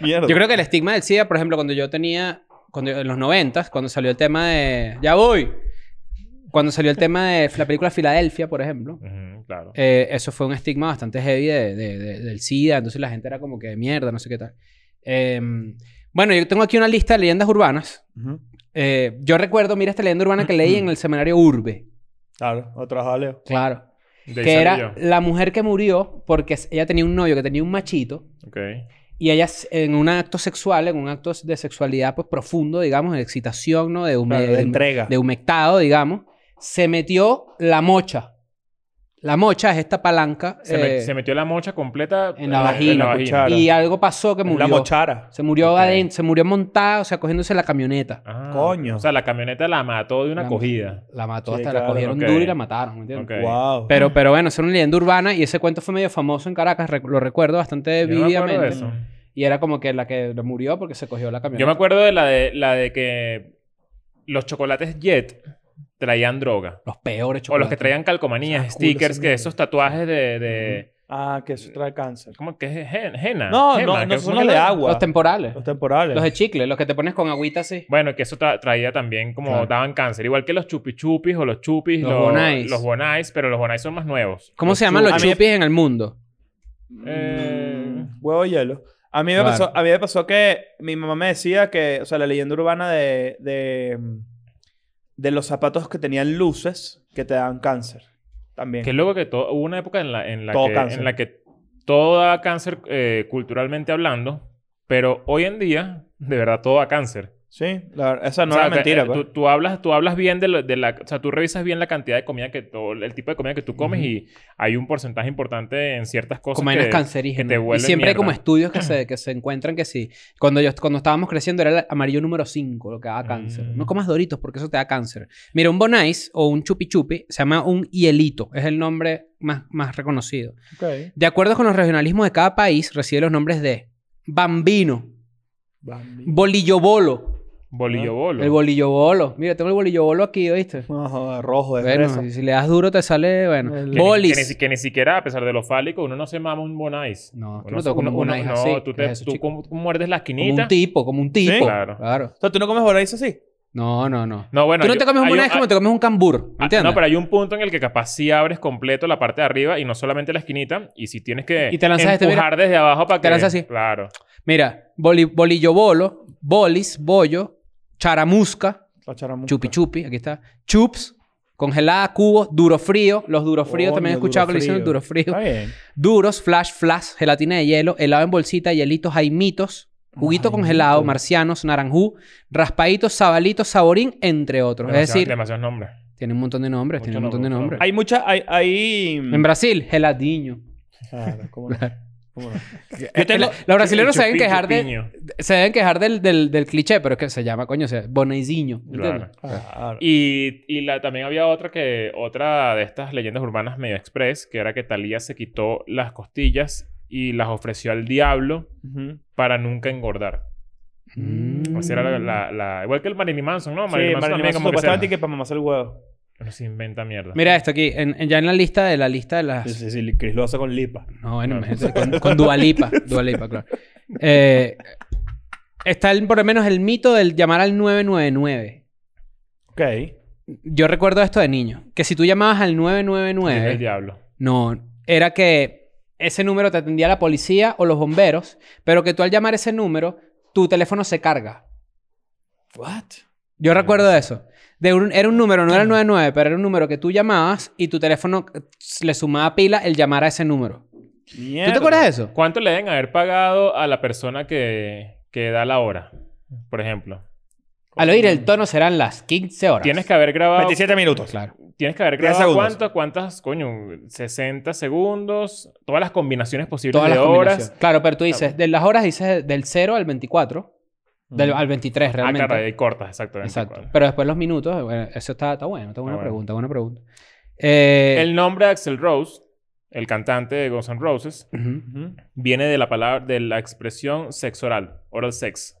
[SPEAKER 3] Mierda.
[SPEAKER 4] yo creo que el estigma del SIDA, por ejemplo, cuando yo tenía, cuando yo- en los noventas, cuando salió el tema de, ya voy, cuando salió el tema de la película Filadelfia, por ejemplo,
[SPEAKER 2] [laughs] Ujú, claro.
[SPEAKER 4] eh, eso fue un estigma bastante heavy de- de- de- del SIDA, entonces la gente era como que mierda, no sé qué tal. Eh, bueno, yo tengo aquí una lista de leyendas urbanas.
[SPEAKER 3] Ujú.
[SPEAKER 4] Eh, yo recuerdo, mira esta leyenda urbana que leí en el seminario Urbe.
[SPEAKER 3] Claro, otra jaleo.
[SPEAKER 4] Claro.
[SPEAKER 2] De ahí
[SPEAKER 4] Que
[SPEAKER 2] salí
[SPEAKER 4] era
[SPEAKER 2] yo.
[SPEAKER 4] la mujer que murió porque ella tenía un novio que tenía un machito
[SPEAKER 2] Ok.
[SPEAKER 4] Y ella, s- en un acto sexual, en un acto de sexualidad pues profundo, digamos, de excitación, ¿no? De, hume-
[SPEAKER 3] Claro, de entrega.
[SPEAKER 4] de humectado, digamos, se metió la mocha. La mocha es esta palanca.
[SPEAKER 2] Se, me-
[SPEAKER 4] eh,
[SPEAKER 2] se metió la mocha completa
[SPEAKER 4] en la
[SPEAKER 2] eh,
[SPEAKER 4] vagina.
[SPEAKER 2] en la
[SPEAKER 3] Cuchara.
[SPEAKER 4] Y algo pasó que murió.
[SPEAKER 3] La mochara.
[SPEAKER 4] Se murió
[SPEAKER 2] Ok.
[SPEAKER 4] adentro, se murió montada, o sea, cogiéndose la camioneta.
[SPEAKER 2] Ah,
[SPEAKER 3] Coño.
[SPEAKER 2] O sea, la camioneta la mató de una
[SPEAKER 4] La-
[SPEAKER 2] cogida.
[SPEAKER 4] La mató
[SPEAKER 3] Sí,
[SPEAKER 4] hasta la
[SPEAKER 3] claro,
[SPEAKER 4] cogieron
[SPEAKER 2] ok.
[SPEAKER 4] dura y la mataron, ¿me entiendes?
[SPEAKER 2] Ok.
[SPEAKER 3] Wow.
[SPEAKER 4] Pero, pero bueno, es una leyenda urbana y ese cuento fue medio famoso en Caracas, rec- lo recuerdo bastante
[SPEAKER 2] Yo no me acuerdo de
[SPEAKER 4] vívidamente.
[SPEAKER 2] eso.
[SPEAKER 4] y era como que la que murió porque se cogió la camioneta.
[SPEAKER 2] Yo me acuerdo de la de, la de que los chocolates Jet traían droga.
[SPEAKER 4] Los peores
[SPEAKER 2] O los
[SPEAKER 4] chocolates.
[SPEAKER 2] que traían calcomanías,
[SPEAKER 3] Ah, cool,
[SPEAKER 2] stickers,
[SPEAKER 3] esa
[SPEAKER 2] que
[SPEAKER 3] mierda.
[SPEAKER 2] esos tatuajes de... de
[SPEAKER 3] Ah, que eso trae cáncer.
[SPEAKER 2] ¿Cómo que es? Gen-
[SPEAKER 4] Ah.
[SPEAKER 2] Jena.
[SPEAKER 3] No,
[SPEAKER 2] gema,
[SPEAKER 3] no,
[SPEAKER 2] que-
[SPEAKER 3] no
[SPEAKER 2] ¿cómo
[SPEAKER 3] son
[SPEAKER 2] que
[SPEAKER 3] los de
[SPEAKER 2] lo-
[SPEAKER 3] agua.
[SPEAKER 4] Los temporales.
[SPEAKER 3] Los temporales.
[SPEAKER 4] Los de chicle, los que te pones con agüita así.
[SPEAKER 2] Bueno, que eso tra- traía también como
[SPEAKER 4] Claro.
[SPEAKER 2] daban cáncer. Igual que los chupichupis o los chupis.
[SPEAKER 4] Los Bonais.
[SPEAKER 2] Los bonais, pero los bonais son más nuevos.
[SPEAKER 4] ¿Cómo se llaman
[SPEAKER 3] chu-
[SPEAKER 4] los
[SPEAKER 3] a mí-
[SPEAKER 4] chupis en el mundo?
[SPEAKER 2] Eh,
[SPEAKER 3] Mm. Huevo y hielo. A mí, me
[SPEAKER 4] Claro.
[SPEAKER 3] pasó, a mí me pasó que mi mamá me decía que, o sea, la leyenda urbana de, de, de los zapatos que tenían luces que te dan cáncer. También.
[SPEAKER 2] Que luego que todo, hubo una época en la, en la,
[SPEAKER 3] Todo
[SPEAKER 2] que,
[SPEAKER 3] cáncer.
[SPEAKER 2] en la que todo daba cáncer eh, culturalmente hablando, pero hoy en día, de verdad, todo da cáncer.
[SPEAKER 3] Sí, la, verdad- esa no
[SPEAKER 2] O sea,
[SPEAKER 3] era
[SPEAKER 2] te-
[SPEAKER 3] mentira.
[SPEAKER 2] eh,
[SPEAKER 3] pues.
[SPEAKER 2] tú, tú hablas, tú hablas bien de, lo- de la... O sea, tú revisas bien la cantidad de comida que... Todo, el tipo de comida que tú comes y hay un porcentaje importante en ciertas cosas
[SPEAKER 4] Como
[SPEAKER 2] que,
[SPEAKER 4] eran cancerígenas.
[SPEAKER 2] que te
[SPEAKER 4] y
[SPEAKER 2] vuelven
[SPEAKER 4] siempre hay como
[SPEAKER 2] mierda.
[SPEAKER 4] estudios
[SPEAKER 2] [clears throat]
[SPEAKER 4] que se, que se encuentran que sí. Cuando, yo, cuando estábamos creciendo era el amarillo número 5 lo que daba cáncer.
[SPEAKER 2] Mm.
[SPEAKER 4] No comas doritos porque eso te da cáncer. Mira, un Bonais o un Chupi Chupi se llama un hielito. Es el nombre más, más reconocido.
[SPEAKER 3] Ok.
[SPEAKER 4] De acuerdo con los regionalismos de cada país, recibe los nombres de Bambino,
[SPEAKER 3] Bambi.
[SPEAKER 4] Bolillo Bolo.
[SPEAKER 2] Bolillo bolo.
[SPEAKER 4] El Bolillo Bolo. Mira, tengo el Bolillo Bolo aquí, ¿oíste?
[SPEAKER 3] No, joder, rojo de fresa.
[SPEAKER 4] Bueno, y si le das duro te sale, bueno.
[SPEAKER 2] Que
[SPEAKER 3] El-
[SPEAKER 2] ni- Que ni,
[SPEAKER 4] Bolis.
[SPEAKER 2] si- que ni siquiera, a pesar de lo fálico, uno no se mama un bonais.
[SPEAKER 4] No, tú
[SPEAKER 2] Uno-
[SPEAKER 4] no te comes
[SPEAKER 2] uno- uno-
[SPEAKER 4] Bonais
[SPEAKER 2] no,
[SPEAKER 4] así.
[SPEAKER 2] tú,
[SPEAKER 4] ¿Qué
[SPEAKER 2] te,
[SPEAKER 4] es eso,
[SPEAKER 2] tú
[SPEAKER 4] chico?
[SPEAKER 2] como- como muerdes la
[SPEAKER 4] Como
[SPEAKER 2] esquinita.
[SPEAKER 4] un tipo, como un tipo.
[SPEAKER 2] Claro.
[SPEAKER 4] Claro.
[SPEAKER 3] O sea, ¿tú no comes Borais así?
[SPEAKER 4] No, no, no.
[SPEAKER 2] No, bueno.
[SPEAKER 4] Tú no
[SPEAKER 2] yo-
[SPEAKER 4] te comes un
[SPEAKER 2] hay
[SPEAKER 4] bonais
[SPEAKER 2] hay-
[SPEAKER 4] como te comes un cambur.
[SPEAKER 2] ah,
[SPEAKER 4] ¿Entiendes?
[SPEAKER 2] No, pero hay un punto en el que capaz sí abres completo la parte de arriba y no solamente la esquinita. Y si tienes que
[SPEAKER 4] Y te lanzas este,
[SPEAKER 2] empujar desde abajo para que...
[SPEAKER 4] Te lanzas así.
[SPEAKER 2] Claro.
[SPEAKER 4] Mira, boli- bolillo bolo, bolis, bollo, charamusca,
[SPEAKER 3] La charamusca.
[SPEAKER 4] chupi chupi, aquí está, chups, congelada, cubos, duro frío. Los duro fríos también he
[SPEAKER 3] Coño,
[SPEAKER 4] escuchado que le
[SPEAKER 3] duro
[SPEAKER 4] dicen
[SPEAKER 3] frío.
[SPEAKER 4] duro frío.
[SPEAKER 3] Está bien.
[SPEAKER 4] Duros, flash, flash, gelatina de hielo, helado en bolsita, hielitos, jaimitos, juguito
[SPEAKER 3] Jaimito.
[SPEAKER 4] congelado, marcianos, naranjú, raspaditos, sabalitos, saborín, entre otros.
[SPEAKER 2] Demasiado-
[SPEAKER 4] es decir,
[SPEAKER 2] Demasiados nombres.
[SPEAKER 4] tiene un montón de nombres,
[SPEAKER 2] Mucho
[SPEAKER 4] tiene un montón de
[SPEAKER 2] nombre,
[SPEAKER 4] nombres.
[SPEAKER 3] Hay muchas... Hay... hay...
[SPEAKER 4] En Brasil, geladiño.
[SPEAKER 3] Claro, cómo no. cómo
[SPEAKER 4] [laughs]
[SPEAKER 3] no.
[SPEAKER 4] Eh,
[SPEAKER 3] tengo-
[SPEAKER 4] la- los brasileños se deben
[SPEAKER 2] Chupi-
[SPEAKER 4] quejar de,
[SPEAKER 2] chupiño.
[SPEAKER 4] se deben quejar del, del, del cliché, pero es que se llama, coño, o sea, bonaisiño. ¿entiendes?
[SPEAKER 2] Claro.
[SPEAKER 3] Claro.
[SPEAKER 2] Y, y la, también había otra que... Otra de estas leyendas urbanas medio express, que era que Talía se quitó las costillas y las ofreció al diablo
[SPEAKER 3] Ujú.
[SPEAKER 2] para nunca engordar.
[SPEAKER 4] Mm.
[SPEAKER 2] O sea, era la, la- la- Igual que el Marilyn Manson, ¿no?
[SPEAKER 3] Mm. Sí,
[SPEAKER 2] Marilyn Manson
[SPEAKER 3] Marilyn
[SPEAKER 2] también
[SPEAKER 3] Manson
[SPEAKER 2] como que
[SPEAKER 3] supuestamente
[SPEAKER 2] se...
[SPEAKER 3] que para mamarse el huevo.
[SPEAKER 2] Pero se inventa mierda.
[SPEAKER 4] Mira esto aquí, en- en- ya en la lista de la lista de las...
[SPEAKER 3] Sí, sí, sí. Chris lo hace con lipa.
[SPEAKER 4] No, bueno,
[SPEAKER 2] Claro.
[SPEAKER 4] imagínate, con, con Dualipa, Dualipa, claro. Eh, está el- por lo menos el mito del llamar al 999.
[SPEAKER 3] Ok.
[SPEAKER 4] Yo recuerdo esto de niño, que si tú llamabas
[SPEAKER 2] Es
[SPEAKER 4] al
[SPEAKER 2] el
[SPEAKER 4] 999,
[SPEAKER 2] diablo.
[SPEAKER 4] no, era que ese número te atendía la policía o los bomberos, pero que tú al llamar ese número, tu teléfono se carga.
[SPEAKER 3] What?
[SPEAKER 4] Yo recuerdo de eso. De un- era un número, no era el 99, pero era un número que tú llamabas y tu teléfono eh, le sumaba pila el llamar a ese número. ¿Tú te acuerdas de eso?
[SPEAKER 2] ¿Cuánto le deben haber pagado a la persona que, que da la hora? Por ejemplo.
[SPEAKER 4] Al oír el tono serán las 15 horas.
[SPEAKER 2] Tienes que haber grabado...
[SPEAKER 3] 27 minutos.
[SPEAKER 4] Claro.
[SPEAKER 2] Tienes que haber
[SPEAKER 3] 10
[SPEAKER 2] grabado
[SPEAKER 3] segundos.
[SPEAKER 2] cuánto, cuántas, coño, 60 segundos, todas las combinaciones posibles
[SPEAKER 4] Todas
[SPEAKER 2] de
[SPEAKER 4] las
[SPEAKER 2] horas.
[SPEAKER 4] horas. Claro, pero tú dices, de las horas dices del 0 al 24, del, al 23 realmente.
[SPEAKER 2] Ah, claro, ahí cortas, exacto.
[SPEAKER 4] Exacto.
[SPEAKER 2] 24.
[SPEAKER 4] Pero después los minutos, bueno, eso está, está bueno, está buena
[SPEAKER 2] bueno.
[SPEAKER 4] pregunta, buena pregunta. Eh,
[SPEAKER 2] El nombre de Axel Rose, el cantante de Guns N' Roses,
[SPEAKER 4] ujú.
[SPEAKER 2] viene de la palabra, de la expresión sex oral, oral sex.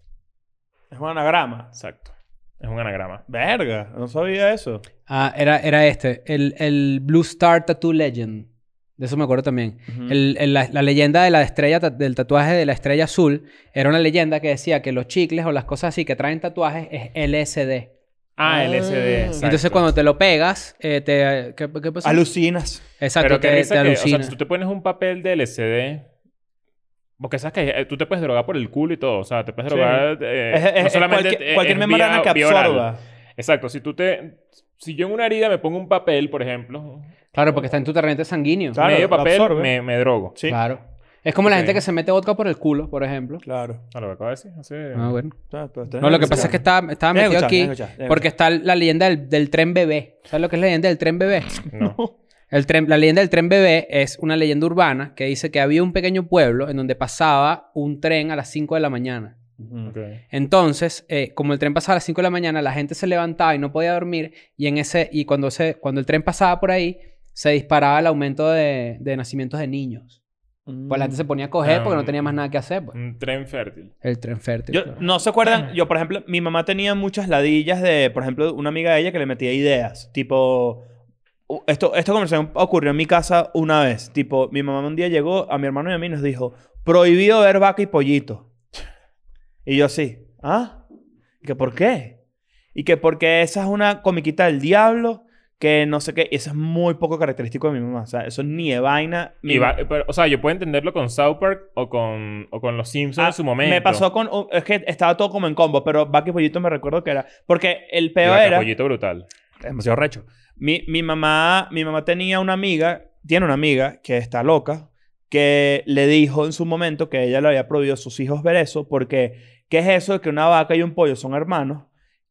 [SPEAKER 3] Es un anagrama.
[SPEAKER 2] Exacto. Es un anagrama.
[SPEAKER 3] Verga, no sabía eso.
[SPEAKER 4] Ah, era, era este, el, el Blue Star Tattoo Legend. De eso me acuerdo también. El- el- la, la leyenda de la estrella, ta- del tatuaje de la estrella azul, era una leyenda que decía que los chicles o las cosas así que traen tatuajes es LSD.
[SPEAKER 2] Ah,
[SPEAKER 3] Ah.
[SPEAKER 2] LSD. exacto.
[SPEAKER 4] Entonces cuando te lo pegas, eh, te... ¿Qué, qué pasó?
[SPEAKER 3] Alucinas.
[SPEAKER 4] Exacto,
[SPEAKER 2] Pero que
[SPEAKER 4] te, te
[SPEAKER 2] risa que, o sea,
[SPEAKER 4] alucina.
[SPEAKER 2] si tú te pones un papel de LSD... Porque sabes que eh, tú te puedes drogar por el culo y todo. O sea, te puedes
[SPEAKER 3] Sí.
[SPEAKER 2] drogar... eh,
[SPEAKER 3] Es- es-
[SPEAKER 2] no
[SPEAKER 3] es
[SPEAKER 2] solamente...
[SPEAKER 3] cualquier,
[SPEAKER 2] eh,
[SPEAKER 3] cualquier
[SPEAKER 2] es
[SPEAKER 3] membrana
[SPEAKER 2] vía-
[SPEAKER 3] que
[SPEAKER 2] vía oral.
[SPEAKER 3] absorba.
[SPEAKER 2] Exacto. Si tú te... Si yo en una herida me pongo un papel, por ejemplo...
[SPEAKER 4] Claro, porque está en tu torrente sanguíneo.
[SPEAKER 3] Claro,
[SPEAKER 2] medio
[SPEAKER 3] lo
[SPEAKER 2] papel,
[SPEAKER 3] absorbe.
[SPEAKER 2] me, me drogo.
[SPEAKER 3] Sí.
[SPEAKER 4] Claro. Es como la
[SPEAKER 2] Ok.
[SPEAKER 4] gente que se mete vodka por el culo, por ejemplo.
[SPEAKER 3] Claro.
[SPEAKER 2] No, lo que acabo de decir. Así,
[SPEAKER 4] Ah, bueno.
[SPEAKER 3] Ah, pero tenés
[SPEAKER 4] No, lo que pasa es que estaba, estaba
[SPEAKER 3] Tienes que
[SPEAKER 4] metido
[SPEAKER 3] escuchar,
[SPEAKER 4] aquí
[SPEAKER 3] tienes que escuchar, tienes que
[SPEAKER 4] porque está la leyenda del, del tren bebé. ¿Sabes lo que es la leyenda del tren bebé?
[SPEAKER 2] no.
[SPEAKER 4] El tren, la leyenda del tren bebé es una leyenda urbana que dice que había un pequeño pueblo en donde pasaba un tren a las 5 de la mañana.
[SPEAKER 3] Ujú.
[SPEAKER 2] Ok.
[SPEAKER 4] Entonces, eh, como el tren pasaba a las 5 de la mañana, la gente se levantaba y no podía dormir. Y, en ese, y cuando, se, cuando el tren pasaba por ahí, se disparaba el aumento de, de nacimientos de niños. Pues la gente se ponía a coger porque no tenía más nada que hacer. pues.
[SPEAKER 2] Un tren fértil.
[SPEAKER 4] El tren fértil.
[SPEAKER 3] Yo,
[SPEAKER 4] claro.
[SPEAKER 3] no se acuerdan, yo por ejemplo, mi mamá tenía muchas ladillas de, por ejemplo, una amiga de ella que le metía ideas, tipo, u- esto, esta conversación ocurrió en mi casa una vez, tipo, mi mamá un día llegó a mi hermano y a mí y nos dijo, prohibido ver vaca y pollito. Y yo sí, ¿ah? ¿Y que por qué? Y que porque esa es una comiquita del diablo, que no sé qué, y eso es muy poco característico de mi mamá, o sea, eso ni de vaina. mi
[SPEAKER 2] Y
[SPEAKER 3] ma-
[SPEAKER 2] va- pero, o sea, yo puedo entenderlo con South Park o con, o con Los Simpsons
[SPEAKER 3] Ah,
[SPEAKER 2] en su momento.
[SPEAKER 3] Me pasó con. un- Es que estaba todo como en combo, pero Vaca y Pollito me recuerdo que era. Porque el peor era.
[SPEAKER 2] Pollito brutal.
[SPEAKER 3] Demasiado recho. Mi, mi mamá, mi mamá tenía una amiga, tiene una amiga que está loca, que le dijo en su momento que ella le había prohibido a sus hijos ver eso, porque ¿qué es eso de que una vaca y un pollo son hermanos?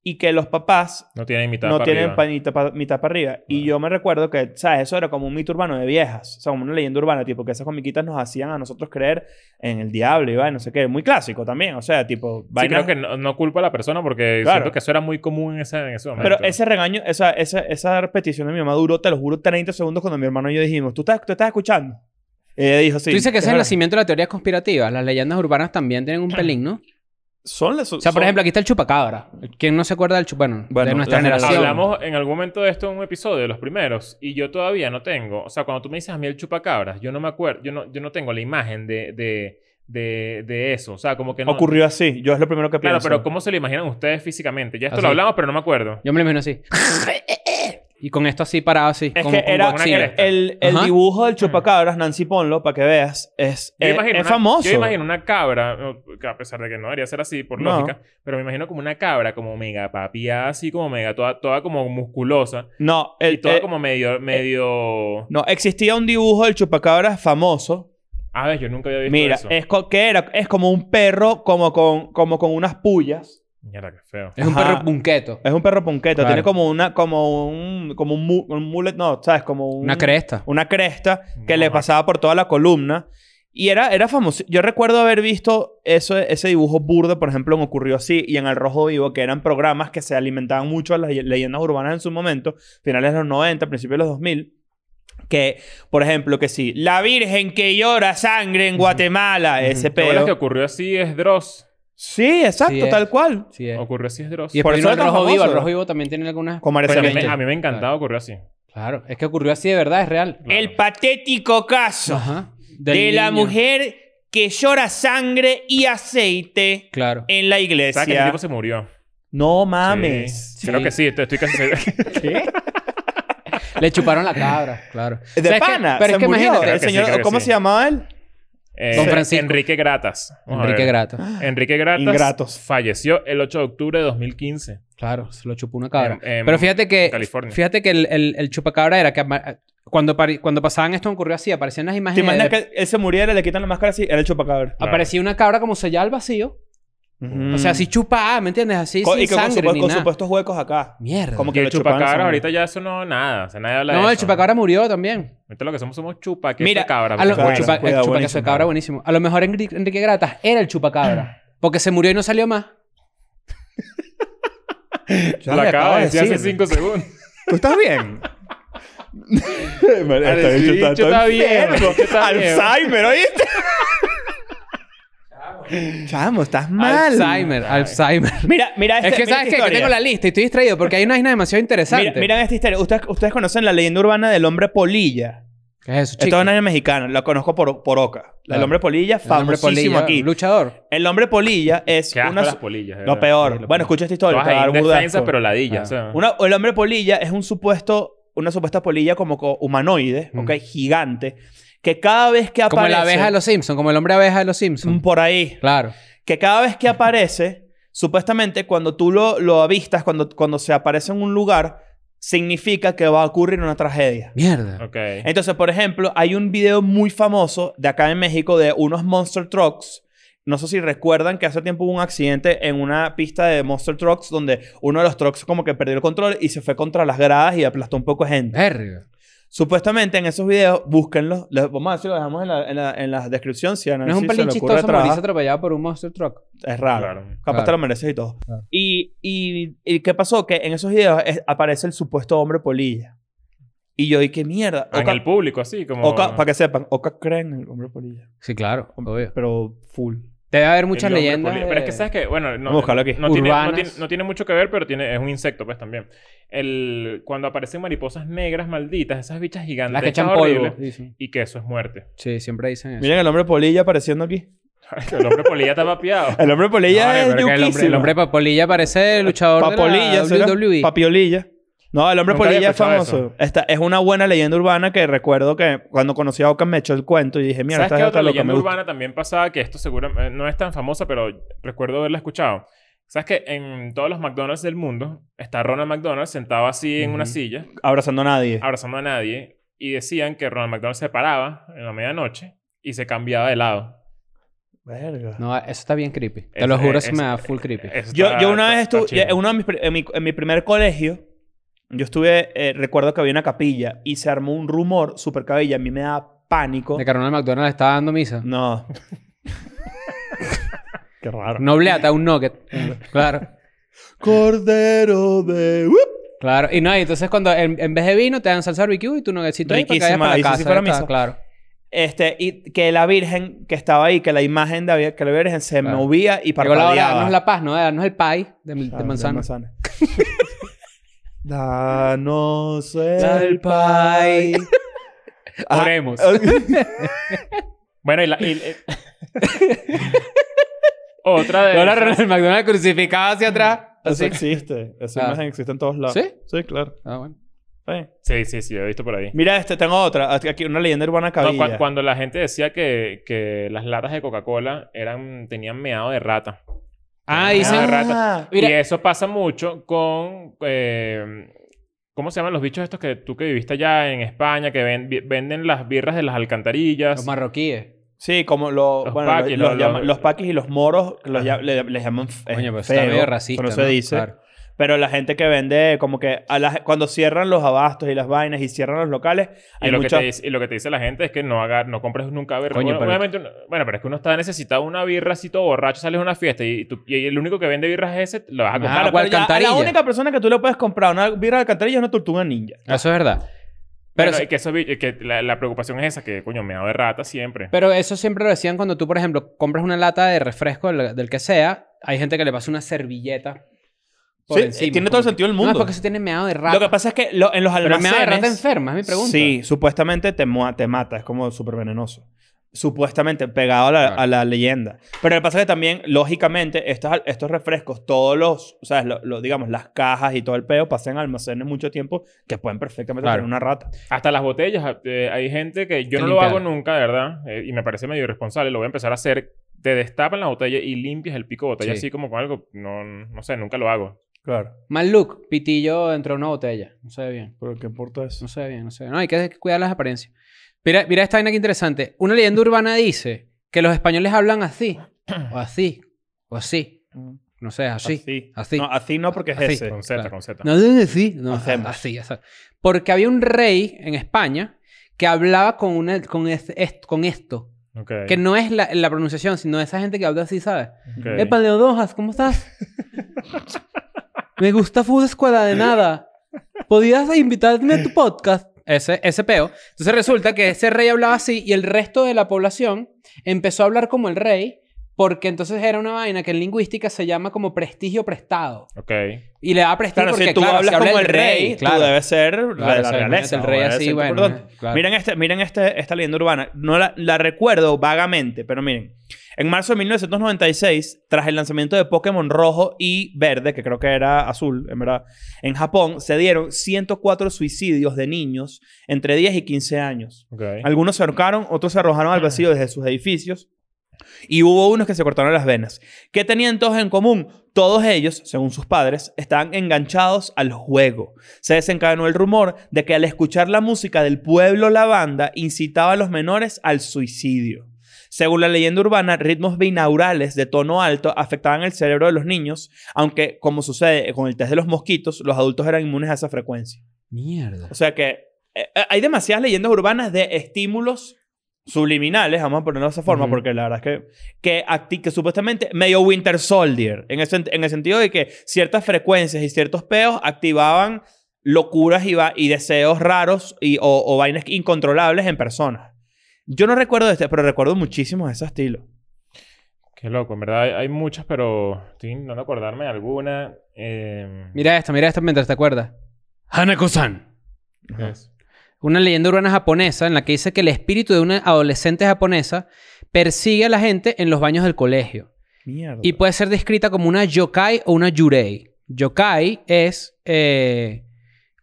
[SPEAKER 3] Y que los papás
[SPEAKER 2] No tiene mitad
[SPEAKER 3] no
[SPEAKER 2] para
[SPEAKER 3] tienen
[SPEAKER 2] arriba.
[SPEAKER 3] pa- mitad para mitad para arriba. Y
[SPEAKER 2] Claro.
[SPEAKER 3] yo me recuerdo que, ¿sabes? Eso era como un mito urbano de viejas. O sea, como una leyenda urbana, tipo, que esas comiquitas nos hacían a nosotros creer en el diablo y va, no sé qué. Muy clásico también. O sea, tipo,
[SPEAKER 2] Sí,
[SPEAKER 3] vainas-
[SPEAKER 2] creo que no, no culpa a la persona porque
[SPEAKER 3] Claro.
[SPEAKER 2] siento que eso era muy común en ese, en ese momento.
[SPEAKER 3] Pero ese regaño, esa, esa, esa repetición de mi mamá duró, te lo juro, 30 segundos cuando mi hermano y yo dijimos, ¿tú estás, tú estás escuchando? Y ella dijo, sí.
[SPEAKER 4] Tú dices que ese es el
[SPEAKER 3] Claro.
[SPEAKER 4] nacimiento de las teorías conspirativas. Las leyendas urbanas también tienen un pelín, ¿no?
[SPEAKER 3] Son las...
[SPEAKER 4] O sea, por ejemplo, aquí está el chupacabra. ¿Quién no se acuerda del chupacabra? Bueno,
[SPEAKER 3] Bueno,
[SPEAKER 4] de nuestra
[SPEAKER 3] la
[SPEAKER 4] generación.
[SPEAKER 3] generación.
[SPEAKER 2] Hablamos en algún momento de esto en un episodio de los primeros y yo todavía no tengo, o sea, cuando tú me dices a mí el chupacabras, yo no me acuerdo, yo no, yo no tengo la imagen de, de, de, de eso, o sea, como que no...
[SPEAKER 3] Ocurrió así. Yo es lo primero que
[SPEAKER 2] Claro,
[SPEAKER 3] pienso.
[SPEAKER 2] pero ¿cómo se lo imaginan ustedes físicamente? Ya esto
[SPEAKER 4] Así.
[SPEAKER 2] lo hablamos, pero no me acuerdo.
[SPEAKER 4] Yo me lo imagino así. y con esto así parado así.
[SPEAKER 3] Es
[SPEAKER 4] como-
[SPEAKER 3] que
[SPEAKER 4] como
[SPEAKER 3] era
[SPEAKER 2] una
[SPEAKER 4] Godzilla.
[SPEAKER 2] cresta.
[SPEAKER 3] el, el
[SPEAKER 4] Ajá.
[SPEAKER 3] dibujo del chupacabras, Nancy Ponlo, para que veas, es,
[SPEAKER 2] Yo
[SPEAKER 3] eh, es,
[SPEAKER 2] imagino
[SPEAKER 3] es
[SPEAKER 2] una-
[SPEAKER 3] famoso.
[SPEAKER 2] Yo imagino una cabra, o- que a pesar de que no debería ser así por
[SPEAKER 3] No.
[SPEAKER 2] lógica, pero me imagino como una cabra, como mega papiada, así como mega, toda, toda como musculosa
[SPEAKER 3] No, el,
[SPEAKER 2] y toda
[SPEAKER 3] eh,
[SPEAKER 2] como medio, medio...
[SPEAKER 3] no, existía un dibujo del chupacabras famoso.
[SPEAKER 2] A ver, yo nunca había visto
[SPEAKER 3] Mira, eh,
[SPEAKER 2] eso.
[SPEAKER 3] es, co- que era, es como un perro como con, como con unas pullas.
[SPEAKER 2] Mierda, qué feo.
[SPEAKER 4] Es un
[SPEAKER 3] Ajá.
[SPEAKER 4] perro punqueto.
[SPEAKER 3] Es un perro punqueto.
[SPEAKER 4] Claro.
[SPEAKER 3] Tiene como una, como un, como un, mu- un mullet, no, ¿sabes? Como un-
[SPEAKER 4] Una cresta.
[SPEAKER 3] Una cresta que
[SPEAKER 2] No,
[SPEAKER 3] le
[SPEAKER 2] macho.
[SPEAKER 3] pasaba por toda la columna. Y era, era famoso. Yo recuerdo haber visto eso, ese dibujo burdo, por ejemplo, en Ocurrió Así y en El Rojo Vivo, que eran programas que se alimentaban mucho a las ley- leyendas urbanas en su momento, finales de los 90, principios de los 2000. Que, por ejemplo, que sí, la virgen que llora sangre en Guatemala, ese
[SPEAKER 2] Pero lo que
[SPEAKER 3] pedo.
[SPEAKER 2] ocurrió así es Dross.
[SPEAKER 3] Sí, exacto,
[SPEAKER 4] Sí es.
[SPEAKER 3] tal cual.
[SPEAKER 4] Sí, es.
[SPEAKER 2] Ocurrió así es Dross.
[SPEAKER 4] Y
[SPEAKER 3] Por
[SPEAKER 4] después
[SPEAKER 3] eso
[SPEAKER 4] vino el
[SPEAKER 3] era tan
[SPEAKER 4] rojo vivo. El
[SPEAKER 3] famoso.
[SPEAKER 4] rojo vivo también tiene algunas...
[SPEAKER 3] Como
[SPEAKER 2] Pero a mí,
[SPEAKER 3] Exactamente.
[SPEAKER 2] me- a mí me encantaba ocurrió así.
[SPEAKER 4] Claro. Es que ocurrió así de verdad, es real.
[SPEAKER 2] Claro.
[SPEAKER 3] El patético caso.
[SPEAKER 4] Ajá. Del
[SPEAKER 3] de la
[SPEAKER 4] niño.
[SPEAKER 3] mujer que llora sangre y aceite
[SPEAKER 4] Claro.
[SPEAKER 3] en la iglesia.
[SPEAKER 2] ¿Sabes que ese este tipo se murió?
[SPEAKER 3] No mames.
[SPEAKER 2] Sí. Creo
[SPEAKER 4] Sí.
[SPEAKER 2] que sí, te- estoy casi seguro.
[SPEAKER 3] [laughs]
[SPEAKER 4] Le chuparon la cabra. Claro.
[SPEAKER 3] [laughs] De
[SPEAKER 4] ¿Sabes qué?
[SPEAKER 3] pana.
[SPEAKER 4] Pero es
[SPEAKER 3] se
[SPEAKER 4] que
[SPEAKER 3] murió.
[SPEAKER 4] imagínate.
[SPEAKER 2] Creo
[SPEAKER 3] El
[SPEAKER 2] que sí,
[SPEAKER 3] señor,
[SPEAKER 2] creo que
[SPEAKER 3] ¿Cómo
[SPEAKER 2] sí.
[SPEAKER 3] se llamaba él?
[SPEAKER 2] Eh,
[SPEAKER 4] Don Francisco.
[SPEAKER 2] Enrique Gratas. Vamos a
[SPEAKER 4] Enrique
[SPEAKER 2] ver.
[SPEAKER 4] Grato.
[SPEAKER 2] Enrique Gratas
[SPEAKER 3] Ingratos.
[SPEAKER 2] falleció el 8 de octubre de 2015.
[SPEAKER 4] Claro, se lo chupó una cabra.
[SPEAKER 2] En- en
[SPEAKER 4] Pero fíjate que.
[SPEAKER 2] California.
[SPEAKER 4] Fíjate que el, el- el chupacabra era que. ama- Cuando, pari- cuando pasaban esto, ocurrió así: aparecían las
[SPEAKER 3] ¿Te
[SPEAKER 4] imágenes.
[SPEAKER 3] imaginas
[SPEAKER 4] de-
[SPEAKER 3] que él se muriera, le quitan la máscara así? Era el chupacabra.
[SPEAKER 4] Aparecía una cabra como sellada al vacío. O sea, así chupada, ¿me entiendes? Así
[SPEAKER 3] Con-
[SPEAKER 4] sin
[SPEAKER 3] Mm. y que con,
[SPEAKER 4] sangre
[SPEAKER 3] supu-
[SPEAKER 4] ni
[SPEAKER 3] con
[SPEAKER 4] nada.
[SPEAKER 3] supuestos huecos acá.
[SPEAKER 4] Mierda.
[SPEAKER 3] Como
[SPEAKER 2] Y
[SPEAKER 3] que
[SPEAKER 2] el
[SPEAKER 3] lo chuparon
[SPEAKER 2] chupacabra
[SPEAKER 3] sangre.
[SPEAKER 2] ahorita ya eso no nada. O sea, nadie habla de
[SPEAKER 4] No,
[SPEAKER 2] eso.
[SPEAKER 4] el chupacabra murió también.
[SPEAKER 2] Ahorita lo que somos somos chupa,
[SPEAKER 3] Mira,
[SPEAKER 2] cabra.
[SPEAKER 4] A lo,
[SPEAKER 3] Claro, cuidado,
[SPEAKER 4] chupa- el chupacazo de
[SPEAKER 3] buenísimo.
[SPEAKER 4] cabra, buenísimo. A lo mejor Enri- Enrique Gratas era
[SPEAKER 3] [clears throat]
[SPEAKER 4] el chupacabra. Porque se murió y no salió más.
[SPEAKER 3] Ya
[SPEAKER 2] lo
[SPEAKER 3] le
[SPEAKER 2] acabo de decir hace
[SPEAKER 3] decir.
[SPEAKER 2] 5 segundos.
[SPEAKER 3] ¿Tú estás
[SPEAKER 4] [laughs]
[SPEAKER 3] bien? Marico,
[SPEAKER 2] Ahora
[SPEAKER 3] este
[SPEAKER 2] sí,
[SPEAKER 3] bicho
[SPEAKER 2] bicho está bien,
[SPEAKER 3] enfermo.
[SPEAKER 2] bicho está bien.
[SPEAKER 3] Alzheimer, ¿oíste? Chamo, estás mal.
[SPEAKER 4] Alzheimer,
[SPEAKER 2] Ay.
[SPEAKER 4] Alzheimer.
[SPEAKER 3] Mira, mira este,
[SPEAKER 4] es que
[SPEAKER 3] mira esta
[SPEAKER 4] sabes qué? que
[SPEAKER 3] historia.
[SPEAKER 4] tengo la lista y estoy distraído porque hay una vaina demasiado interesante.
[SPEAKER 3] Mira, miren esta historia. ¿Ustedes, ustedes conocen la leyenda urbana del hombre polilla.
[SPEAKER 4] ¿Qué es eso,
[SPEAKER 3] Esto
[SPEAKER 4] chico?
[SPEAKER 3] es una leyenda mexicana. La conozco por, por Oca. El
[SPEAKER 4] Claro.
[SPEAKER 3] hombre polilla,
[SPEAKER 4] El hombre
[SPEAKER 3] famosísimo
[SPEAKER 4] polilla,
[SPEAKER 3] aquí.
[SPEAKER 4] Luchador.
[SPEAKER 3] El hombre polilla es
[SPEAKER 2] Qué asco
[SPEAKER 3] una...
[SPEAKER 2] las polillas. de
[SPEAKER 3] Lo
[SPEAKER 2] verdad.
[SPEAKER 3] peor.
[SPEAKER 2] Sí, lo
[SPEAKER 3] bueno,
[SPEAKER 2] peor.
[SPEAKER 3] escucha esta historia.
[SPEAKER 2] Todas
[SPEAKER 3] te va a dar
[SPEAKER 2] ahí
[SPEAKER 3] burda
[SPEAKER 2] indefensas,
[SPEAKER 3] asco.
[SPEAKER 2] pero ladillas.
[SPEAKER 4] Ah.
[SPEAKER 2] o sea.
[SPEAKER 3] Una- el hombre polilla es un supuesto... Una supuesta polilla como co- humanoide,
[SPEAKER 2] Mm.
[SPEAKER 3] ¿ok? Gigante. Que cada vez que aparece...
[SPEAKER 4] Como la abeja de los Simpsons, como el hombre abeja de los Simpsons.
[SPEAKER 3] Mm, Por ahí.
[SPEAKER 4] Claro.
[SPEAKER 3] que cada vez que aparece, supuestamente cuando tú lo, lo avistas, cuando, cuando se aparece en un lugar, significa que va a ocurrir una tragedia.
[SPEAKER 4] Mierda.
[SPEAKER 2] Ok.
[SPEAKER 3] Entonces, por ejemplo, hay un video muy famoso de acá en México de unos Monster Trucks. No sé si recuerdan que hace tiempo hubo un accidente en una pista de Monster Trucks donde uno de los trucks como que perdió el control y se fue contra las gradas y aplastó un poco de
[SPEAKER 4] Eh.
[SPEAKER 3] gente.
[SPEAKER 4] Verga.
[SPEAKER 3] Supuestamente en esos videos, búsquenlos. Les, vamos a decir, lo dejamos en la, en la, en la descripción. Si a
[SPEAKER 4] No es
[SPEAKER 3] Nancy
[SPEAKER 4] un
[SPEAKER 3] se
[SPEAKER 4] pelín
[SPEAKER 3] le ocurre
[SPEAKER 4] chistoso morirse
[SPEAKER 3] trabajar.
[SPEAKER 4] atropellado por un monster truck.
[SPEAKER 3] Es raro.
[SPEAKER 2] Claro.
[SPEAKER 3] Capaz te
[SPEAKER 4] Claro.
[SPEAKER 3] lo mereces y todo.
[SPEAKER 4] Claro.
[SPEAKER 3] Y, y, y qué pasó? Que en esos videos es- aparece el supuesto hombre polilla. Y yo, ¿y qué mierda?
[SPEAKER 2] En
[SPEAKER 3] Oca-
[SPEAKER 2] el público, así como.
[SPEAKER 3] Oca- para que sepan, Oca creen en el hombre polilla.
[SPEAKER 4] Sí, claro, obvio.
[SPEAKER 3] Pero full.
[SPEAKER 4] Debe haber
[SPEAKER 2] el
[SPEAKER 4] muchas
[SPEAKER 2] hombre
[SPEAKER 4] leyendas. eh,
[SPEAKER 2] poli- Pero es que
[SPEAKER 4] de-
[SPEAKER 2] sabes que, bueno, no,
[SPEAKER 3] Vamos a buscarlo aquí.
[SPEAKER 2] no tiene, no,
[SPEAKER 4] Urbanas.
[SPEAKER 2] tiene, no tiene mucho que ver, pero tiene, es un insecto, pues también. El, cuando aparecen mariposas negras malditas, esas bichas gigantes.
[SPEAKER 4] Las que echan polvo. dicen.
[SPEAKER 2] Y que eso es muerte.
[SPEAKER 4] Sí, siempre dicen eso.
[SPEAKER 3] Miren el hombre polilla apareciendo aquí.
[SPEAKER 2] el hombre polilla está vapeado.
[SPEAKER 3] El hombre polilla
[SPEAKER 2] Ay,
[SPEAKER 3] es
[SPEAKER 2] pero que
[SPEAKER 4] el hombre, el
[SPEAKER 3] yuquísimo.
[SPEAKER 4] hombre Papolilla parece el luchador
[SPEAKER 3] Papolilla,
[SPEAKER 4] de
[SPEAKER 3] será.
[SPEAKER 4] la E. WWE.
[SPEAKER 3] Papiolilla. No, el
[SPEAKER 2] E.
[SPEAKER 3] hombre
[SPEAKER 2] Nunca había
[SPEAKER 3] polilla es
[SPEAKER 2] escuchado
[SPEAKER 3] famoso. Esta es una buena leyenda urbana que recuerdo que cuando conocí a Oca me echó el cuento y dije, mira,
[SPEAKER 2] ¿Sabes
[SPEAKER 3] esta
[SPEAKER 2] qué
[SPEAKER 3] es
[SPEAKER 2] otra
[SPEAKER 3] otra loca me
[SPEAKER 2] leyenda
[SPEAKER 3] gusta.
[SPEAKER 2] urbana también pasaba? Que esto seguro eh, no es tan famosa, pero recuerdo haberla escuchado. ¿Sabes que en todos los McDonald's del mundo está Ronald McDonald sentado así en una
[SPEAKER 4] Ujú.
[SPEAKER 2] silla,
[SPEAKER 3] Abrazando a nadie.
[SPEAKER 2] abrazando a nadie? Y decían que Ronald McDonald se paraba en la medianoche y se cambiaba de lado.
[SPEAKER 3] Verga.
[SPEAKER 4] No, eso está bien creepy. Te
[SPEAKER 2] Es-
[SPEAKER 4] lo juro,
[SPEAKER 2] es-
[SPEAKER 4] eso me da full creepy.
[SPEAKER 2] Eso
[SPEAKER 3] Yo,
[SPEAKER 2] está-
[SPEAKER 3] yo una
[SPEAKER 2] está-
[SPEAKER 3] vez
[SPEAKER 2] está
[SPEAKER 3] estuve,
[SPEAKER 2] chido.
[SPEAKER 3] en, uno de mis pri- en, mi, en mi primer colegio, yo estuve, eh, recuerdo que había una capilla y se armó un rumor super cabilla. A mí me da pánico.
[SPEAKER 4] De que Ronald McDonald está dando misa. [laughs]
[SPEAKER 3] No. Qué raro.
[SPEAKER 4] Nobleata, un nugget. claro.
[SPEAKER 3] Cordero de... ¡Uy!
[SPEAKER 4] Claro. Y no, y entonces cuando en, en vez de vino te dan salsa barbecue y tu nuggetcito ahí para que vayas
[SPEAKER 3] Riquísima,
[SPEAKER 4] para
[SPEAKER 3] y
[SPEAKER 4] la
[SPEAKER 3] si
[SPEAKER 4] casa.
[SPEAKER 3] sí fuera
[SPEAKER 4] ya está,
[SPEAKER 3] misa.
[SPEAKER 4] Claro.
[SPEAKER 3] Este, y que la Virgen que estaba ahí, que la imagen de la- que la Virgen se
[SPEAKER 4] Claro.
[SPEAKER 3] movía y
[SPEAKER 4] Llegó la hora de darnos
[SPEAKER 3] parpadeaba.
[SPEAKER 4] la paz, ¿no? De darnos el pie de, de
[SPEAKER 3] Ah,
[SPEAKER 4] manzana.
[SPEAKER 3] [laughs] Danos
[SPEAKER 4] Dal
[SPEAKER 3] el pay.
[SPEAKER 4] pay. [laughs]
[SPEAKER 3] Ah,
[SPEAKER 4] Oremos.
[SPEAKER 2] [laughs] Bueno, y la. y-
[SPEAKER 3] [laughs]
[SPEAKER 2] eh, Otra de.
[SPEAKER 4] Ahora
[SPEAKER 2] esas-
[SPEAKER 4] Ronald McDonald crucificado hacia atrás.
[SPEAKER 3] Ah, Eso
[SPEAKER 4] Así.
[SPEAKER 3] existe. Esa
[SPEAKER 4] Ah.
[SPEAKER 3] imagen existe en todos lados.
[SPEAKER 4] ¿Sí?
[SPEAKER 3] Sí, claro.
[SPEAKER 4] Ah, bueno.
[SPEAKER 3] Sí.
[SPEAKER 2] Sí, sí, sí, lo he visto por ahí.
[SPEAKER 3] Mira, este, tengo otra. Aquí una leyenda urbana
[SPEAKER 2] No,
[SPEAKER 3] cabilla.
[SPEAKER 2] cu- cuando la gente decía que, que las latas de Coca-Cola eran tenían meado de rata.
[SPEAKER 4] Ah,
[SPEAKER 2] Tenían meado
[SPEAKER 4] dicen.
[SPEAKER 2] de rata.
[SPEAKER 4] Mira.
[SPEAKER 2] Y eso pasa mucho con... eh, ¿Cómo se llaman los bichos estos que tú que viviste allá en España? Que ven- vi- venden las birras de las alcantarillas.
[SPEAKER 4] Los marroquíes.
[SPEAKER 3] Sí, como lo-
[SPEAKER 2] Los
[SPEAKER 3] bueno, lo-
[SPEAKER 2] paquis,
[SPEAKER 3] los,
[SPEAKER 2] lo-
[SPEAKER 3] llaman-
[SPEAKER 2] lo-
[SPEAKER 3] los paquis y los moros los llam- le- les llaman f- eh,
[SPEAKER 4] Coño, pero
[SPEAKER 3] es
[SPEAKER 4] eso está
[SPEAKER 3] feo,
[SPEAKER 4] medio racista.
[SPEAKER 3] pero no se dice.
[SPEAKER 4] Claro.
[SPEAKER 3] Pero la gente que vende, como que a las- cuando cierran los abastos y las vainas y cierran los locales,
[SPEAKER 2] y,
[SPEAKER 3] hay
[SPEAKER 2] lo
[SPEAKER 3] mucha...
[SPEAKER 2] que te dice, y lo que te dice la gente es que no haga, no compres nunca birra.
[SPEAKER 4] Coño,
[SPEAKER 2] bueno,
[SPEAKER 4] pero-
[SPEAKER 2] obviamente uno- bueno, pero es que uno está necesitado de una birra así todo borracho. Sales a una fiesta y, tú- y el único que vende birras es ese. Lo vas a comprar.
[SPEAKER 4] Ah,
[SPEAKER 3] Claro, pero ya- a la
[SPEAKER 4] alcantarilla.
[SPEAKER 3] única persona que tú le puedes comprar una birra de alcantarilla es una tortuga ninja.
[SPEAKER 4] Eso es verdad. Pero,
[SPEAKER 2] Bueno,
[SPEAKER 4] eso-
[SPEAKER 2] y que, eso vi- y que la, la preocupación es esa. Que, coño, meado de rata siempre.
[SPEAKER 4] pero eso siempre lo decían cuando tú, por ejemplo, compras una lata de refresco del, del que sea. Hay gente que le pasa una servilleta por
[SPEAKER 3] Sí, eh,
[SPEAKER 4] encima.
[SPEAKER 3] tiene todo el
[SPEAKER 4] como
[SPEAKER 3] sentido del
[SPEAKER 4] que- No, es
[SPEAKER 3] mundo.
[SPEAKER 4] porque eso tiene meado de rata.
[SPEAKER 3] Lo que pasa es que lo- en los
[SPEAKER 4] pero
[SPEAKER 3] almacenes...
[SPEAKER 4] meado de rata enferma, es mi pregunta.
[SPEAKER 3] Sí, supuestamente te, mua- te mata, es como súper venenoso. Supuestamente, pegado a la,
[SPEAKER 4] Claro.
[SPEAKER 3] a la leyenda. Pero lo que pasa es que también, lógicamente, estos, al- estos refrescos, todos los, o sea, lo- lo- digamos, las cajas y todo el peo, pasan almacenes mucho tiempo que pueden perfectamente
[SPEAKER 4] Claro.
[SPEAKER 3] tener una rata.
[SPEAKER 2] Hasta las botellas, eh, hay gente que yo
[SPEAKER 4] Que
[SPEAKER 2] no lo hago
[SPEAKER 4] limpiar.
[SPEAKER 2] nunca, de verdad, eh, y me parece medio irresponsable, lo voy a empezar a hacer. Te destapan la botella y limpias el pico de botella
[SPEAKER 4] Sí.
[SPEAKER 2] así como con algo, no, no sé, nunca lo hago.
[SPEAKER 3] Claro.
[SPEAKER 4] Mal look, pitillo dentro de una botella. No se ve bien.
[SPEAKER 3] Pero ¿qué importa eso?
[SPEAKER 4] No se ve bien, no se ve. No, hay que cuidar las apariencias. Mira, mira esta vaina que interesante. Una leyenda urbana dice que los españoles hablan así, [clears throat] o así, o así. No sé, Mm. así.
[SPEAKER 3] Así.
[SPEAKER 4] así.
[SPEAKER 3] No, así no porque es
[SPEAKER 4] Así.
[SPEAKER 3] ese.
[SPEAKER 2] Con Z,
[SPEAKER 4] claro.
[SPEAKER 2] con Z.
[SPEAKER 4] No hablan así, no,
[SPEAKER 3] Hacemos.
[SPEAKER 4] así, así. Porque había un rey en España que hablaba con, una, con, es- es- con esto,
[SPEAKER 2] Ok,
[SPEAKER 4] que no es la, la pronunciación, sino esa gente que habla así, ¿sabes?
[SPEAKER 2] ok.
[SPEAKER 4] Epa, Leodojas, ¿cómo estás? Me gusta Food Escuela de nada. ¿Podías invitarme a tu podcast? Ese, ese peo. Entonces resulta que ese rey hablaba así y el resto de la población empezó a hablar como el rey porque entonces era una vaina que en lingüística se llama como prestigio prestado.
[SPEAKER 2] Ok.
[SPEAKER 4] Y le da prestigio
[SPEAKER 3] Claro,
[SPEAKER 4] porque,
[SPEAKER 3] si tú
[SPEAKER 4] claro,
[SPEAKER 3] hablas
[SPEAKER 4] se habla
[SPEAKER 3] como el rey,
[SPEAKER 4] claro.
[SPEAKER 3] tú debes ser la- la,
[SPEAKER 4] Claro, o sea,
[SPEAKER 3] realeza.
[SPEAKER 4] imagínate el
[SPEAKER 3] o
[SPEAKER 4] rey
[SPEAKER 3] debes
[SPEAKER 4] así,
[SPEAKER 3] ser tú,
[SPEAKER 4] bueno,
[SPEAKER 3] perdón.
[SPEAKER 4] eh, claro.
[SPEAKER 3] Miren, este, miren este, esta leyenda urbana. No la, la recuerdo vagamente, pero miren. En marzo de 1996, tras el lanzamiento de Pokémon Rojo y Verde, que creo que era azul, en verdad, en Japón se dieron 104 suicidios de niños entre 10 y 15 años.
[SPEAKER 2] Ok.
[SPEAKER 3] Algunos se ahorcaron, otros se arrojaron al vacío desde sus edificios. Y hubo unos que se cortaron las venas. ¿Qué tenían todos en común? Todos ellos, según sus padres, estaban enganchados al juego. Se desencadenó el rumor de que al escuchar la música del pueblo la banda incitaba a los menores al suicidio. Según la leyenda urbana, ritmos binaurales de tono alto afectaban el cerebro de los niños, aunque, como sucede con el test de los mosquitos, los adultos eran inmunes a esa frecuencia.
[SPEAKER 4] Mierda.
[SPEAKER 3] O sea que eh, hay demasiadas leyendas urbanas de estímulos subliminales, vamos a ponerlo de esa forma,
[SPEAKER 2] Ujú.
[SPEAKER 3] porque la verdad es que, que, acti- que supuestamente medio Winter Soldier, en el, sen- en el sentido de que ciertas frecuencias y ciertos peos activaban locuras y, va- y deseos raros y, o, o vainas incontrolables en personas. Yo no recuerdo de este, pero recuerdo muchísimos de ese estilo.
[SPEAKER 2] Qué loco, en verdad hay, hay muchas, pero estoy intentando acordarme de alguna. Eh,
[SPEAKER 4] Mira esta, mira esta mientras te acuerdas. Hanako-san.
[SPEAKER 2] ¿qué es?
[SPEAKER 4] Una leyenda urbana japonesa en la que dice que el espíritu de una adolescente japonesa persigue a la gente en los baños del colegio.
[SPEAKER 3] Mierda.
[SPEAKER 4] Y puede ser descrita como una yokai o una yurei. Yokai es eh,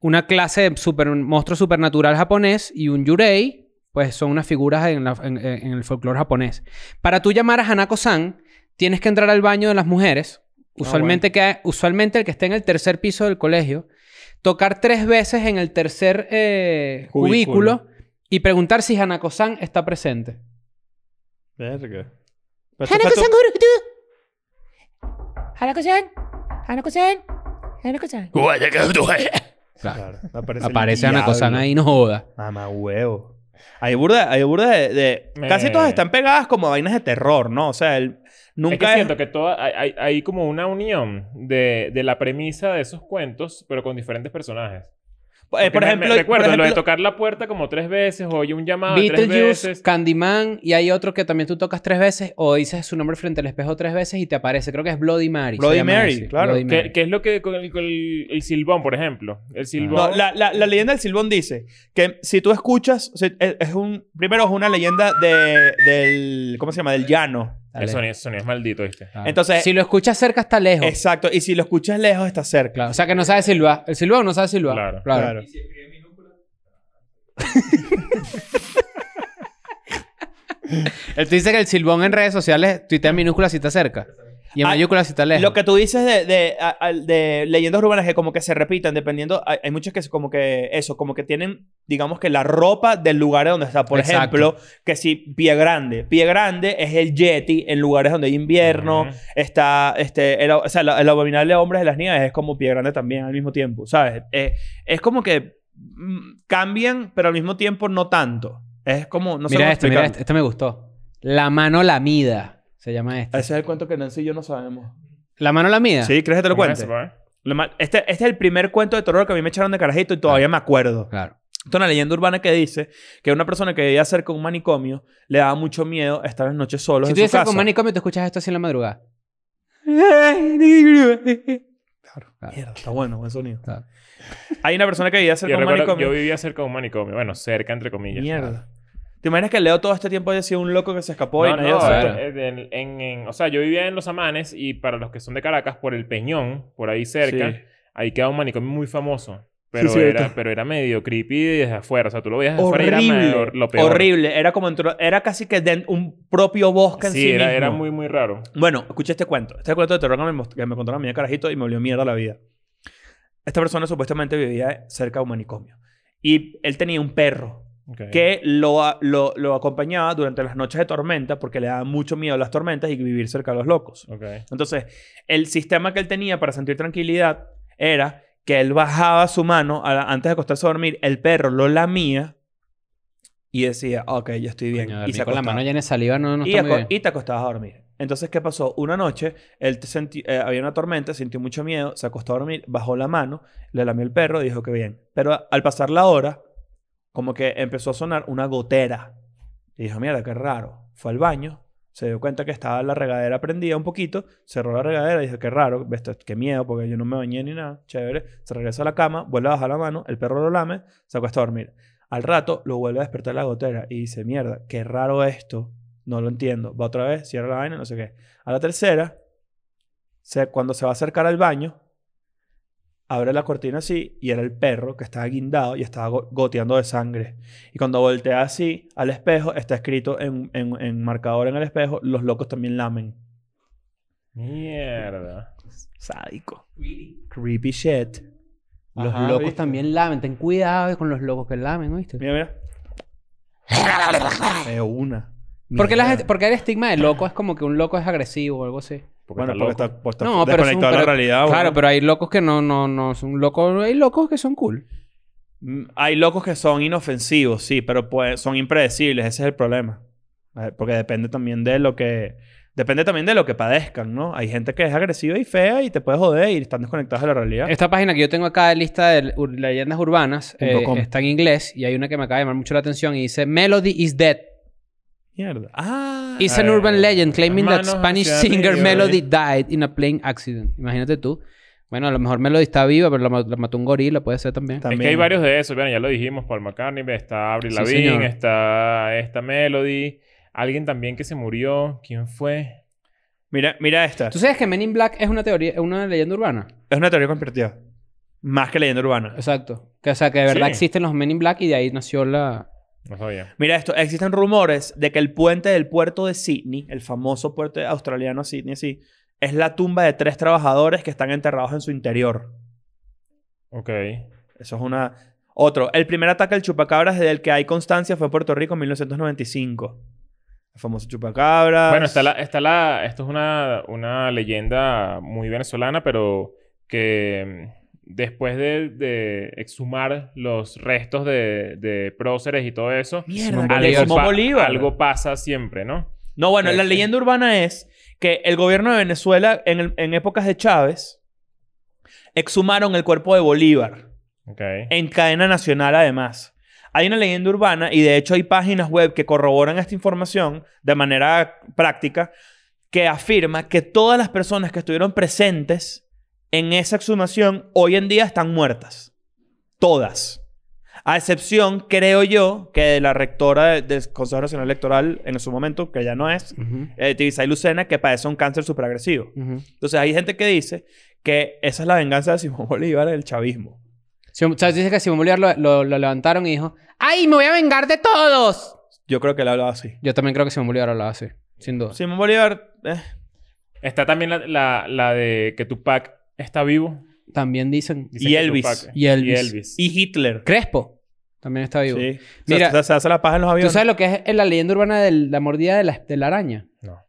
[SPEAKER 4] una clase de super- un monstruo supernatural japonés y un yurei, pues son unas figuras en, la- en- en el folclore japonés. Para tú llamar a Hanako-san, tienes que entrar al baño de las
[SPEAKER 3] Ah,
[SPEAKER 4] mujeres, usualmente, que, usualmente el que esté en el tercer piso del colegio, tocar tres veces en el tercer eh,
[SPEAKER 3] Cubículo.
[SPEAKER 4] cubículo y preguntar si Hanako-san está presente.
[SPEAKER 3] Verga. Pero esto fue
[SPEAKER 1] Hanako-san,
[SPEAKER 3] to-
[SPEAKER 1] Hanako-san, Hanako-san, Hanako-san.
[SPEAKER 3] Claro, aparece el
[SPEAKER 4] Aparece Hanako-san
[SPEAKER 3] diablo.
[SPEAKER 4] ahí, no joda.
[SPEAKER 3] Mamá huevo. Hay burda, hay burda de, de-
[SPEAKER 2] Me-
[SPEAKER 3] Casi todas están pegadas como a vainas de terror, ¿no? O sea, el-
[SPEAKER 2] Eh. Es que
[SPEAKER 3] nunca es... eh,
[SPEAKER 2] siento que toda, hay, hay- hay como una unión de, de la premisa de esos cuentos, pero con diferentes personajes.
[SPEAKER 3] Eh, por,
[SPEAKER 2] Porque me-
[SPEAKER 3] ejemplo,
[SPEAKER 2] me, recuerdo
[SPEAKER 3] por
[SPEAKER 2] lo de
[SPEAKER 3] ejemplo-
[SPEAKER 2] tocar la puerta como tres veces, o oye un llamado Ah, tres
[SPEAKER 4] Beetlejuice,
[SPEAKER 2] veces.
[SPEAKER 4] Candyman y hay otro que también tú tocas tres veces o dices su nombre frente al espejo tres veces y te aparece. Creo que es Bloody Mary. se
[SPEAKER 3] Bloody
[SPEAKER 4] llama
[SPEAKER 3] Mary, claro.
[SPEAKER 4] Bloody Mary.
[SPEAKER 2] ¿Qué, qué es lo que con el, con el- el silbón, por ejemplo?
[SPEAKER 3] Ah.
[SPEAKER 2] El silbón.
[SPEAKER 3] No, la, la- la leyenda del silbón dice que si tú escuchas... o sea, es, es un... Primero es una leyenda de, del... ¿Cómo se llama? Del llano.
[SPEAKER 2] El sonido, ese sonido es maldito, ¿viste?
[SPEAKER 4] Claro.
[SPEAKER 3] Entonces-
[SPEAKER 4] si lo escuchas cerca está lejos.
[SPEAKER 3] Exacto. Y si lo escuchas lejos, está cerca.
[SPEAKER 4] Claro. O sea que no sabe silbar. El silbón no sabe
[SPEAKER 2] Claro.
[SPEAKER 4] silbar.
[SPEAKER 3] Claro.
[SPEAKER 4] [laughs] Él te dice que el silbón en redes sociales tuitea en minúsculas si está cerca y en
[SPEAKER 3] Ah,
[SPEAKER 4] mayúsculas si está lejos.
[SPEAKER 3] Lo que tú dices de, de- a- al- de leyendas urbanas que como que se repitan dependiendo... Hay, hay muchas que es como que eso, como que tienen, digamos que la ropa del lugar donde está. Por
[SPEAKER 4] Exacto.
[SPEAKER 3] ejemplo, que si Pie Grande. Pie Grande es el Yeti en lugares donde hay invierno.
[SPEAKER 2] Ujú.
[SPEAKER 3] Está, este, el, o sea, la- el abominable Hombres de las Nieves es como Pie Grande también al mismo tiempo, ¿sabes? Eh, es como que mm, cambian, pero al mismo tiempo no tanto. Es como... No sé
[SPEAKER 4] mira
[SPEAKER 3] cómo
[SPEAKER 4] este, mira
[SPEAKER 3] explicarlo.
[SPEAKER 4] este. Este me gustó. La mano lamida se llama este.
[SPEAKER 3] Ese es el cuento que Nancy y yo no sabemos.
[SPEAKER 4] La mano lamida.
[SPEAKER 3] ¿Sí? ¿Crees que te lo
[SPEAKER 2] ¿Cómo es
[SPEAKER 3] cuente?
[SPEAKER 2] eso, eh?
[SPEAKER 3] Lo mal- Este, este es el primer cuento de terror que a mí me echaron de carajito y todavía me acuerdo.
[SPEAKER 4] Claro.
[SPEAKER 3] Esto es una leyenda urbana que dice que una persona que vivía cerca de un manicomio le daba mucho miedo estar las noches solo
[SPEAKER 4] Si
[SPEAKER 3] en
[SPEAKER 4] tú
[SPEAKER 3] su
[SPEAKER 4] dices
[SPEAKER 3] casa.
[SPEAKER 4] con manicomio, te escuchas esto así en la madrugada.
[SPEAKER 3] Claro. Mierda, está bueno, buen sonido.
[SPEAKER 4] Claro.
[SPEAKER 3] Hay una persona que vivía cerca
[SPEAKER 2] Yo
[SPEAKER 3] de un
[SPEAKER 2] recuerdo,
[SPEAKER 3] manicomio.
[SPEAKER 2] yo vivía cerca de un manicomio. Bueno, cerca, entre comillas.
[SPEAKER 3] Mierda. ¿Te imaginas que Leo todo este tiempo haya sido un loco que se escapó y
[SPEAKER 2] No,
[SPEAKER 3] nadie
[SPEAKER 2] no,
[SPEAKER 3] lo sabe?
[SPEAKER 4] Claro.
[SPEAKER 2] en- en- en- en- o sea, yo vivía en Los Amanes y para los que son de Caracas, por el Peñón, por ahí cerca,
[SPEAKER 3] Sí.
[SPEAKER 2] ahí queda un manicomio muy famoso. Pero,
[SPEAKER 3] Sí, cierto.
[SPEAKER 2] era, pero era medio creepy desde afuera. O sea, tú lo veías desde afuera y era
[SPEAKER 3] Horrible.
[SPEAKER 2] medio- lo peor.
[SPEAKER 3] Horrible. Era como entro- era casi que de un propio bosque en sí,
[SPEAKER 2] Sí, era,
[SPEAKER 3] mismo.
[SPEAKER 2] era muy, muy raro.
[SPEAKER 3] Bueno, escucha este cuento. Este cuento de terror que me, most- que me contaron a mí de carajito y me volvió mierda la vida. Esta persona supuestamente vivía cerca de un manicomio. Y él tenía un perro
[SPEAKER 2] Ok.
[SPEAKER 3] que lo, a- lo, lo acompañaba durante las noches de tormenta porque le daba mucho miedo las tormentas y vivir cerca de los locos.
[SPEAKER 2] Ok.
[SPEAKER 3] Entonces, el sistema que él tenía para sentir tranquilidad era que él bajaba su mano a la- antes de acostarse a dormir, el perro lo lamía y decía, ok, yo estoy bien.
[SPEAKER 4] Coño,
[SPEAKER 3] y
[SPEAKER 4] dormir
[SPEAKER 3] se
[SPEAKER 4] con la
[SPEAKER 3] acostaba
[SPEAKER 4] mano llena de saliva no, no
[SPEAKER 3] y,
[SPEAKER 4] está muy
[SPEAKER 3] aco-
[SPEAKER 4] bien.
[SPEAKER 3] y te acostabas a dormir. Entonces, ¿qué pasó? Una noche, él te senti- eh, había una tormenta, sintió mucho miedo, se acostó a dormir, bajó la mano, le lamió el perro, dijo que bien. Pero a- al pasar la hora, como que empezó a sonar una gotera. Y dijo, mierda, qué raro. Fue al baño, se dio cuenta que estaba la regadera prendida un poquito, cerró la regadera y dijo, qué raro, esto- qué miedo, porque yo no me bañé ni nada, chévere. Se regresa a la cama, vuelve a bajar la mano, el perro lo lame, se acuesta a dormir. Al rato lo vuelve a despertar la gotera y dice, mierda, qué raro esto, no lo entiendo. Va otra vez, cierra la vaina, no sé qué. A la tercera, se- cuando se va a acercar al baño, abre la cortina así y era el perro que estaba guindado y estaba go- goteando de sangre. Y cuando voltea así al espejo, está escrito en, en- en marcador en el espejo, los locos también lamen.
[SPEAKER 2] Mierda.
[SPEAKER 3] Sádico. Creepy shit.
[SPEAKER 4] Los
[SPEAKER 3] Ajá,
[SPEAKER 4] locos
[SPEAKER 3] ¿viste?
[SPEAKER 4] también lamen. Ten cuidado con los locos que lamen, ¿oíste?
[SPEAKER 3] Mira, mira. [laughs] De una.
[SPEAKER 4] Porque, la gente- porque el estigma de loco es como que un loco es agresivo o algo así.
[SPEAKER 3] Bueno, porque está, pues, está
[SPEAKER 4] No, pero es un-
[SPEAKER 3] desconectado de la
[SPEAKER 4] pero-
[SPEAKER 3] realidad.
[SPEAKER 4] claro,
[SPEAKER 3] Ah, bueno.
[SPEAKER 4] pero hay locos que no, no, no son locos. Hay locos que son cool.
[SPEAKER 3] Mm, Hay locos que son inofensivos, sí, pero pues, son impredecibles. Ese es el problema. Eh, Porque depende también de lo que... Depende también de lo que padezcan, ¿no? Hay gente que es agresiva y fea y te puede joder y están desconectados de la realidad.
[SPEAKER 4] Esta página que yo tengo acá de lista de ur- leyendas urbanas eh,
[SPEAKER 3] Punto com.
[SPEAKER 4] está en inglés y hay una que me acaba de llamar mucho la atención y dice Melody is dead.
[SPEAKER 3] Mierda. Ah.
[SPEAKER 4] It's
[SPEAKER 2] A
[SPEAKER 4] an
[SPEAKER 2] ver,
[SPEAKER 4] urban legend claiming that
[SPEAKER 2] manos
[SPEAKER 4] Spanish
[SPEAKER 2] hacia
[SPEAKER 4] singer
[SPEAKER 2] arriba,
[SPEAKER 4] Melody
[SPEAKER 3] eh.
[SPEAKER 4] died in a plane accident. Imagínate tú. Bueno, a lo mejor Melody está viva, pero la, ma- la mató un gorila, puede ser también.
[SPEAKER 2] Es que hay varios de esos. Bueno, ya lo dijimos. Paul McCartney, está Avril
[SPEAKER 4] Sí,
[SPEAKER 2] Lavigne,
[SPEAKER 4] señor.
[SPEAKER 2] está esta Melody. Alguien también que se murió. ¿Quién fue?
[SPEAKER 3] Mira, mira esta.
[SPEAKER 4] ¿Tú sabes que Men in Black es una teoría, es una leyenda urbana?
[SPEAKER 3] Es una teoría conspirativa. Más que leyenda urbana.
[SPEAKER 4] Exacto. Que, o sea, que de verdad
[SPEAKER 2] Sí.
[SPEAKER 4] existen los Men in Black y de ahí nació la...
[SPEAKER 2] No sabía.
[SPEAKER 3] Mira esto, existen rumores de que el puente del puerto de Sydney, el famoso puerto australiano Sydney, sí, es la tumba de tres trabajadores que están enterrados en su interior.
[SPEAKER 2] Ok.
[SPEAKER 3] Eso es una... Otro, el primer ataque al chupacabras del que hay constancia fue en Puerto Rico en 1995. El famoso chupacabras.
[SPEAKER 2] Bueno, está la, está la, esto es una, una leyenda muy venezolana, pero que mm, después de, de exhumar los restos de, de próceres y todo eso,
[SPEAKER 3] Mierda,
[SPEAKER 4] Simón
[SPEAKER 3] que le
[SPEAKER 4] Bolívar.
[SPEAKER 3] sumó
[SPEAKER 2] pa-
[SPEAKER 3] Bolívar.
[SPEAKER 2] algo pasa siempre, ¿no?
[SPEAKER 3] No, bueno,
[SPEAKER 2] Sí,
[SPEAKER 3] la
[SPEAKER 2] sí.
[SPEAKER 3] leyenda urbana es que el gobierno de Venezuela, en, el- en épocas de Chávez, exhumaron el cuerpo de Bolívar.
[SPEAKER 2] Ok.
[SPEAKER 3] en cadena nacional además. Hay una leyenda urbana y de hecho hay páginas web que corroboran esta información de manera práctica que afirma que todas las personas que estuvieron presentes en esa exhumación hoy en día están muertas. Todas. A excepción, creo yo, que de la rectora de- del Consejo Nacional Electoral en su momento, que ya no es, eh, Tibisay Lucena, que padece un cáncer superagresivo.
[SPEAKER 4] Ujú.
[SPEAKER 3] Entonces hay gente que dice que esa es la venganza de Simón Bolívar del chavismo.
[SPEAKER 4] Si- o sea, dice que Simón Bolívar lo, lo- lo levantaron y dijo, ¡Ay, me voy a vengar de todos!
[SPEAKER 3] Yo creo que él hablaba así.
[SPEAKER 4] Yo también creo que Simón Bolívar hablaba así, sin duda.
[SPEAKER 3] Simón Bolívar. eh,
[SPEAKER 2] Está también la, la, la de que Tupac está vivo.
[SPEAKER 4] También dicen...
[SPEAKER 2] Dicen
[SPEAKER 3] Y
[SPEAKER 2] que
[SPEAKER 3] Elvis.
[SPEAKER 4] Y Elvis.
[SPEAKER 3] y Hitler.
[SPEAKER 4] Crespo también está vivo.
[SPEAKER 3] Sí.
[SPEAKER 4] Mira-
[SPEAKER 3] Mira, se, se hace la paja en los
[SPEAKER 4] ¿Tú
[SPEAKER 3] aviones.
[SPEAKER 4] sabes lo que es eh, la leyenda urbana de la mordida de la, de la araña?
[SPEAKER 2] No.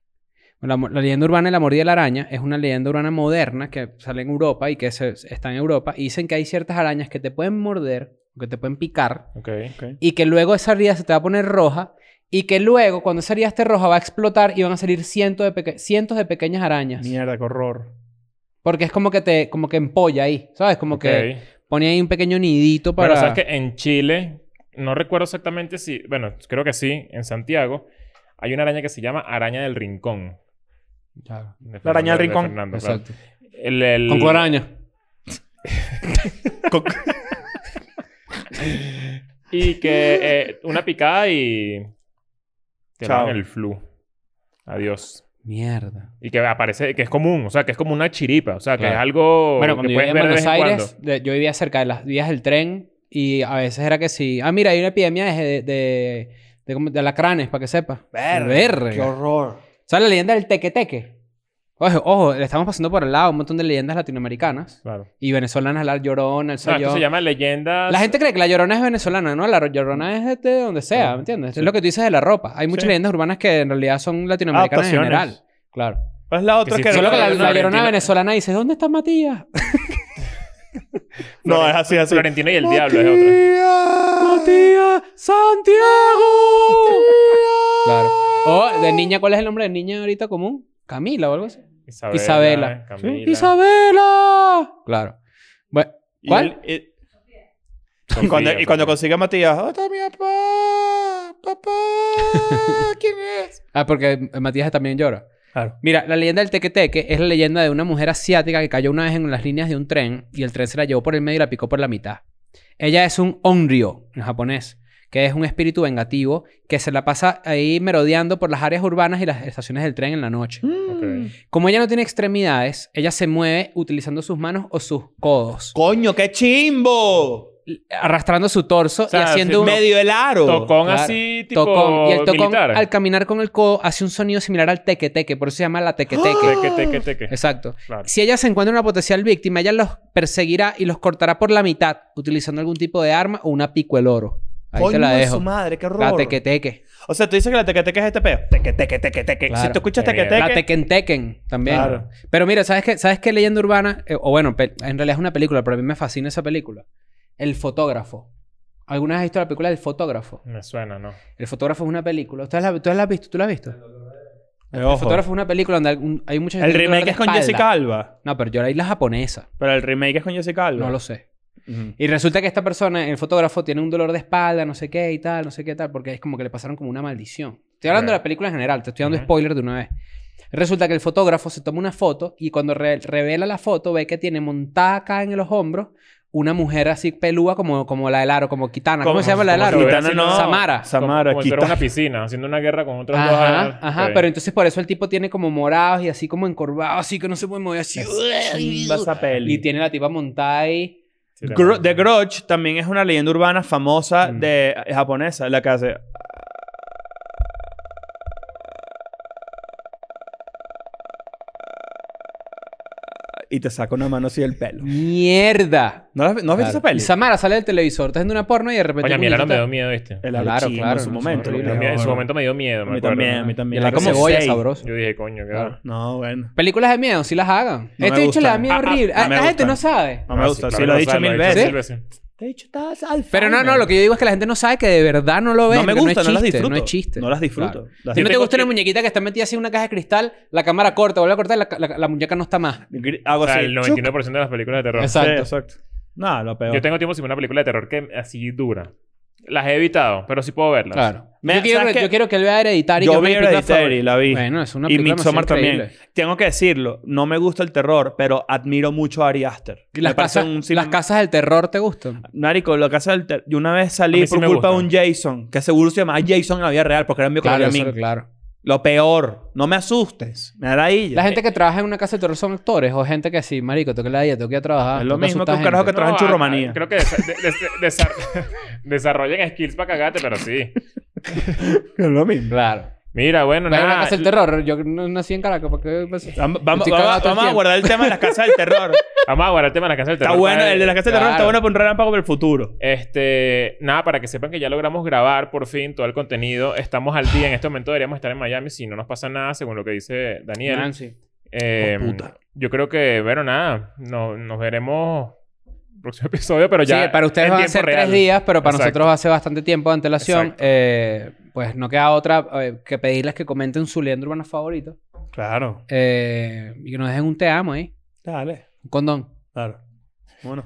[SPEAKER 4] La, mo- la leyenda urbana de la mordida de la araña es una leyenda urbana moderna que sale en Europa y que se, está en Europa. Y dicen que hay ciertas arañas que te pueden morder, que te pueden picar,
[SPEAKER 2] Ok.
[SPEAKER 4] y que luego esa herida se te va a poner roja, y que luego cuando esa herida esté roja va a explotar y van a salir cientos de, peque- cientos de pequeñas arañas.
[SPEAKER 3] Mierda, qué horror.
[SPEAKER 4] Porque es como que te como que empolla ahí, ¿sabes? Como que
[SPEAKER 2] Ok.
[SPEAKER 4] pone ahí un pequeño nidito para...
[SPEAKER 2] Bueno, sabes que en Chile, no recuerdo exactamente si, bueno, creo que sí, en Santiago, hay una araña que se llama araña del rincón.
[SPEAKER 4] Claro,
[SPEAKER 2] De Fernando-
[SPEAKER 3] araña del
[SPEAKER 2] de
[SPEAKER 3] rincón.
[SPEAKER 2] Fernando, claro.
[SPEAKER 4] exacto.
[SPEAKER 2] El- el-
[SPEAKER 4] Con cuaraña.
[SPEAKER 3] Co-
[SPEAKER 2] Y que eh, una picada y te
[SPEAKER 3] Chao.
[SPEAKER 2] dan el flu. Adiós.
[SPEAKER 4] Mierda.
[SPEAKER 2] Y que aparece, que es común, o sea, que es como una chiripa, o sea, que
[SPEAKER 4] Claro.
[SPEAKER 2] es algo
[SPEAKER 4] Bueno,
[SPEAKER 2] que
[SPEAKER 4] cuando yo
[SPEAKER 2] puedes
[SPEAKER 4] vivía en
[SPEAKER 2] ver de vez
[SPEAKER 4] Buenos
[SPEAKER 2] en
[SPEAKER 4] Aires,
[SPEAKER 2] cuando.
[SPEAKER 4] de- yo vivía cerca de las vías del tren y a veces era que sí. Ah, mira, hay una epidemia de, de, de, de, como- de alacranes, para que sepas.
[SPEAKER 3] Verga,
[SPEAKER 4] Verga.
[SPEAKER 3] Qué horror.
[SPEAKER 4] ¿Sabes la leyenda del tequeteque? Ojo, ojo, le estamos pasando por al lado a un montón de leyendas latinoamericanas
[SPEAKER 2] Claro.
[SPEAKER 4] y venezolanas, la llorona,
[SPEAKER 2] No,
[SPEAKER 4] el Sayón.
[SPEAKER 2] Ah, esto se llama leyendas.
[SPEAKER 4] La gente cree que la llorona es venezolana, ¿no? La llorona es de donde sea, ¿me entiendes? Es lo que tú dices de la ropa. Hay muchas
[SPEAKER 3] Sí.
[SPEAKER 4] leyendas urbanas que en realidad son latinoamericanas en
[SPEAKER 3] Adaptaciones.
[SPEAKER 4] general. Claro.
[SPEAKER 3] ¿Cuál es Pues la otra
[SPEAKER 2] si
[SPEAKER 3] que.?
[SPEAKER 4] Solo que la,
[SPEAKER 2] Florencia
[SPEAKER 4] la llorona
[SPEAKER 2] Argentina-
[SPEAKER 4] venezolana dice, ¿dónde está Matías?
[SPEAKER 3] No, es así, es así.
[SPEAKER 2] Florentino y el diablo es otra.
[SPEAKER 4] Matías Santiago. Claro. O de niña, ¿cuál es el nombre de niña ahorita común? Camila o algo así.
[SPEAKER 2] Isabela.
[SPEAKER 4] Isabela.
[SPEAKER 2] Camila.
[SPEAKER 4] Isabela. Claro. Bueno,
[SPEAKER 3] Y
[SPEAKER 4] ¿Cuál?
[SPEAKER 3] él- él-
[SPEAKER 2] Sofía,
[SPEAKER 3] y cuando, y cuando
[SPEAKER 2] Sofía.
[SPEAKER 3] consigue a Matías. "Oh, está mi papá! ¡Papá! ¿Quién es?
[SPEAKER 4] Ah, porque Matías también llora.
[SPEAKER 3] Claro.
[SPEAKER 4] Mira, la leyenda del tequeteque es la leyenda de una mujer asiática que cayó una vez en las líneas de un tren y el tren se la llevó por el medio y la picó por la mitad. Ella es un onryo en japonés, que es un espíritu vengativo que se la pasa ahí merodeando por las áreas urbanas y las estaciones del tren en la noche.
[SPEAKER 2] Ok.
[SPEAKER 4] Como ella no tiene extremidades, ella se mueve utilizando sus manos o sus codos,
[SPEAKER 3] ¡Coño, qué chimbo!
[SPEAKER 4] arrastrando su torso
[SPEAKER 2] sea,
[SPEAKER 4] y haciendo
[SPEAKER 2] si-
[SPEAKER 4] un...
[SPEAKER 3] Medio el aro.
[SPEAKER 2] Tocón
[SPEAKER 4] Claro.
[SPEAKER 2] así, tipo
[SPEAKER 4] tocón. Y el tocón,
[SPEAKER 2] militar.
[SPEAKER 4] al caminar con el codo, hace un sonido similar al teque-teque. Por eso se llama la teque-teque.
[SPEAKER 2] Teque, teque, teque.
[SPEAKER 4] Exacto.
[SPEAKER 2] Ah, Claro.
[SPEAKER 4] Si ella se encuentra una potencial víctima, ella los perseguirá y los cortará por la mitad utilizando algún tipo de arma o una pico el oro. Ahí
[SPEAKER 3] Coño
[SPEAKER 4] te la
[SPEAKER 3] de
[SPEAKER 4] dejo.
[SPEAKER 3] su madre, qué
[SPEAKER 4] La
[SPEAKER 3] horror.
[SPEAKER 4] teque-teque.
[SPEAKER 3] O sea, tú dices que la tequeteque es este pedo. Teque, teque, teque, teque.
[SPEAKER 4] Claro.
[SPEAKER 3] Si tú escuchas
[SPEAKER 2] Qué
[SPEAKER 3] teque,
[SPEAKER 2] mierda.
[SPEAKER 4] La
[SPEAKER 3] teque,
[SPEAKER 4] tequen-tequen también.
[SPEAKER 3] Claro.
[SPEAKER 4] Pero mira, ¿sabes qué? ¿Sabes qué leyenda urbana? Eh, o bueno, pe- en realidad es una película, pero a mí me fascina esa película. El fotógrafo. ¿Alguna vez has visto la película del fotógrafo?
[SPEAKER 2] Me suena, ¿no?
[SPEAKER 4] El fotógrafo es una película. ¿Ustedes la, ¿Tú la has visto? ¿Tú la has visto? El
[SPEAKER 3] eh, Ojo.
[SPEAKER 4] fotógrafo es una película donde algún- hay muchas
[SPEAKER 3] El remake es con Jessica Alba.
[SPEAKER 4] No, pero yo leí la japonesa.
[SPEAKER 3] Pero el remake es con Jessica Alba.
[SPEAKER 4] No lo sé.
[SPEAKER 3] Ujú.
[SPEAKER 4] Y resulta que esta persona, el fotógrafo, tiene un dolor de espalda, no sé qué y tal, no sé qué tal, porque es como que le pasaron como una maldición. Estoy hablando de
[SPEAKER 2] Ok.
[SPEAKER 4] la película en general, te estoy dando
[SPEAKER 2] Ujú.
[SPEAKER 4] spoiler de una vez. Resulta que el fotógrafo se toma una foto y cuando re- revela la foto ve que tiene montada acá en los hombros una mujer así pelúa como, como la del aro, como Kitana. ¿Cómo,
[SPEAKER 3] Como-
[SPEAKER 4] se llama la del
[SPEAKER 2] como
[SPEAKER 4] aro?
[SPEAKER 2] si hubiera
[SPEAKER 3] Kitana
[SPEAKER 2] sido-
[SPEAKER 3] no.
[SPEAKER 4] Samara.
[SPEAKER 3] Samara,
[SPEAKER 2] como, como si fuera
[SPEAKER 3] quita.
[SPEAKER 2] una piscina, haciendo una guerra con otros dos.
[SPEAKER 4] Ajá,
[SPEAKER 2] ah,
[SPEAKER 4] ajá.
[SPEAKER 2] ok.
[SPEAKER 4] Pero entonces por eso el tipo tiene como morado y así como encorvado, así que no se puede mover así.
[SPEAKER 3] Chimba esa peli.
[SPEAKER 4] Y tiene la tipa montada ahí.
[SPEAKER 2] Sí, la-
[SPEAKER 3] Gro- The Grudge también es una leyenda urbana famosa
[SPEAKER 4] Mm.
[SPEAKER 3] de eh, japonesa, la que hace. ah, Y te saca una mano así del pelo.
[SPEAKER 4] ¡Mierda!
[SPEAKER 3] ¿No, la- no has visto esa
[SPEAKER 4] Claro.
[SPEAKER 3] peli?
[SPEAKER 4] Y Samara sale del televisor, está haciendo una porno y de repente.
[SPEAKER 2] Oye, a mí el
[SPEAKER 4] como
[SPEAKER 2] Aaron me
[SPEAKER 4] está-
[SPEAKER 2] dio miedo, ¿viste?
[SPEAKER 3] El aro
[SPEAKER 4] Claro,
[SPEAKER 3] chino
[SPEAKER 4] claro,
[SPEAKER 3] en su
[SPEAKER 4] no,
[SPEAKER 3] momento.
[SPEAKER 4] horrible.
[SPEAKER 2] Me dio miedo, En su
[SPEAKER 4] Ahora.
[SPEAKER 2] momento me dio miedo,
[SPEAKER 3] A
[SPEAKER 2] me
[SPEAKER 3] mí
[SPEAKER 2] acuerdo.
[SPEAKER 3] también, a mí también.
[SPEAKER 4] Y la
[SPEAKER 3] Creo que
[SPEAKER 4] cebolla
[SPEAKER 3] sí.
[SPEAKER 4] sabroso.
[SPEAKER 2] Yo dije, coño, qué
[SPEAKER 4] Claro.
[SPEAKER 3] No, bueno.
[SPEAKER 4] Películas de miedo, sí las hagan.
[SPEAKER 3] No
[SPEAKER 4] este
[SPEAKER 3] me
[SPEAKER 4] bicho le da
[SPEAKER 3] gustan.
[SPEAKER 4] miedo
[SPEAKER 3] Ah, ah, no
[SPEAKER 4] horrible. Ah,
[SPEAKER 3] me
[SPEAKER 4] la gente
[SPEAKER 3] gustan.
[SPEAKER 4] no sabe.
[SPEAKER 3] No me gusta, Ah, sí lo he dicho mil
[SPEAKER 4] dicho
[SPEAKER 3] veces.
[SPEAKER 4] mil
[SPEAKER 3] Te he dicho, estás al
[SPEAKER 4] Pero no, no, lo que yo digo es que la gente no sabe que de verdad no lo ve.
[SPEAKER 3] No me
[SPEAKER 4] porque
[SPEAKER 3] gusta, no,
[SPEAKER 4] es chiste,
[SPEAKER 3] las disfruto.
[SPEAKER 4] No es chiste.
[SPEAKER 3] No las disfruto.
[SPEAKER 4] Claro.
[SPEAKER 3] Las
[SPEAKER 4] Si no te
[SPEAKER 3] disfruto.
[SPEAKER 4] gusta una muñequita que está metida así en una caja de cristal, la cámara corta, vuelve a cortar y la, la- la muñeca no está más.
[SPEAKER 3] Gri- Hago
[SPEAKER 2] O sea,
[SPEAKER 3] así.
[SPEAKER 2] el
[SPEAKER 3] chuc.
[SPEAKER 2] 99% de las películas de terror.
[SPEAKER 4] Exacto.
[SPEAKER 3] Sí, exacto. No, lo peor.
[SPEAKER 2] Yo tengo tiempo sin ver una película de terror que así dura. Las he evitado, pero sí puedo verlas.
[SPEAKER 4] Claro.
[SPEAKER 3] Me-
[SPEAKER 4] yo, quiero,
[SPEAKER 3] ¿sabes
[SPEAKER 4] que-
[SPEAKER 3] qué?
[SPEAKER 4] yo quiero que él vea Hereditary. que
[SPEAKER 3] Yo
[SPEAKER 4] es una
[SPEAKER 3] vi
[SPEAKER 4] de mis películas
[SPEAKER 3] Hereditary,
[SPEAKER 4] favoritas.
[SPEAKER 3] la vi.
[SPEAKER 4] Bueno, es
[SPEAKER 3] y
[SPEAKER 4] una película demasiado
[SPEAKER 3] Midsommar también.
[SPEAKER 4] increíble.
[SPEAKER 3] Tengo que decirlo, no me gusta el terror, pero admiro mucho a Ari Aster.
[SPEAKER 4] Y
[SPEAKER 3] Me
[SPEAKER 4] Las
[SPEAKER 3] parece
[SPEAKER 4] casas,
[SPEAKER 3] un cine-
[SPEAKER 4] las casas del terror te gustan.
[SPEAKER 3] Marico, la casa del terror. Yo una vez salí
[SPEAKER 2] A mí sí
[SPEAKER 3] por
[SPEAKER 2] me
[SPEAKER 3] culpa de
[SPEAKER 2] gusta.
[SPEAKER 3] un Jason, que seguro se llamaba Jason en la vida real, porque era mi
[SPEAKER 4] Claro,
[SPEAKER 3] a mí.
[SPEAKER 4] eso, claro.
[SPEAKER 3] Lo peor. No me asustes. Me hará ella.
[SPEAKER 4] La gente que trabaja en una casa de terror son actores o gente que sí, marico, tengo que ir a la idea, tengo que ir a trabajar.
[SPEAKER 3] Es lo
[SPEAKER 4] no te
[SPEAKER 3] mismo que
[SPEAKER 4] asustas,
[SPEAKER 3] un carajo que
[SPEAKER 4] gente.
[SPEAKER 3] trabaja en
[SPEAKER 2] a- a-
[SPEAKER 3] Churromanía.
[SPEAKER 2] Creo que desa- de- des- desar- [laughs] desarrollen skills para cagarte, pero sí.
[SPEAKER 3] Es lo mismo.
[SPEAKER 4] Claro.
[SPEAKER 2] Mira, bueno,
[SPEAKER 4] Vayan a la
[SPEAKER 2] nada.
[SPEAKER 4] casa del terror. Yo no- nací en Caracas, ¿por qué? Pues-
[SPEAKER 3] Vamos, vamos-
[SPEAKER 4] Estoy cagado
[SPEAKER 3] vamos-
[SPEAKER 4] todo el
[SPEAKER 3] vamos a
[SPEAKER 4] tiempo.
[SPEAKER 3] guardar el tema de la casa del
[SPEAKER 4] [laughs]
[SPEAKER 3] terror.
[SPEAKER 2] Vamos a guardar el tema de la casa del terror.
[SPEAKER 3] está bueno,
[SPEAKER 2] para-
[SPEAKER 3] el de la casa del terror está
[SPEAKER 4] Claro.
[SPEAKER 3] bueno para un relámpago para el futuro.
[SPEAKER 2] Este, nada, para que sepan que ya logramos grabar por fin todo el contenido. Estamos al día. En este momento deberíamos estar en Miami si no nos pasa nada, según lo que dice Daniel.
[SPEAKER 4] Nancy.
[SPEAKER 2] Eh,
[SPEAKER 3] Oh, puta.
[SPEAKER 2] Yo creo que, bueno, nada, no- nos veremos el próximo [laughs] episodio, pero ya.
[SPEAKER 4] sí, para ustedes
[SPEAKER 2] en
[SPEAKER 4] van a
[SPEAKER 2] tiempo
[SPEAKER 4] ser
[SPEAKER 2] real.
[SPEAKER 4] tres días, pero para
[SPEAKER 2] Exacto.
[SPEAKER 4] nosotros hace bastante tiempo de antelación.
[SPEAKER 2] Exacto.
[SPEAKER 4] Eh, pues no queda otra eh, que pedirles que comenten su leyenda urbana favorito.
[SPEAKER 3] Claro.
[SPEAKER 4] Eh, y que nos dejen un te amo ahí.
[SPEAKER 3] Dale.
[SPEAKER 4] Un condón.
[SPEAKER 3] Claro. Bueno.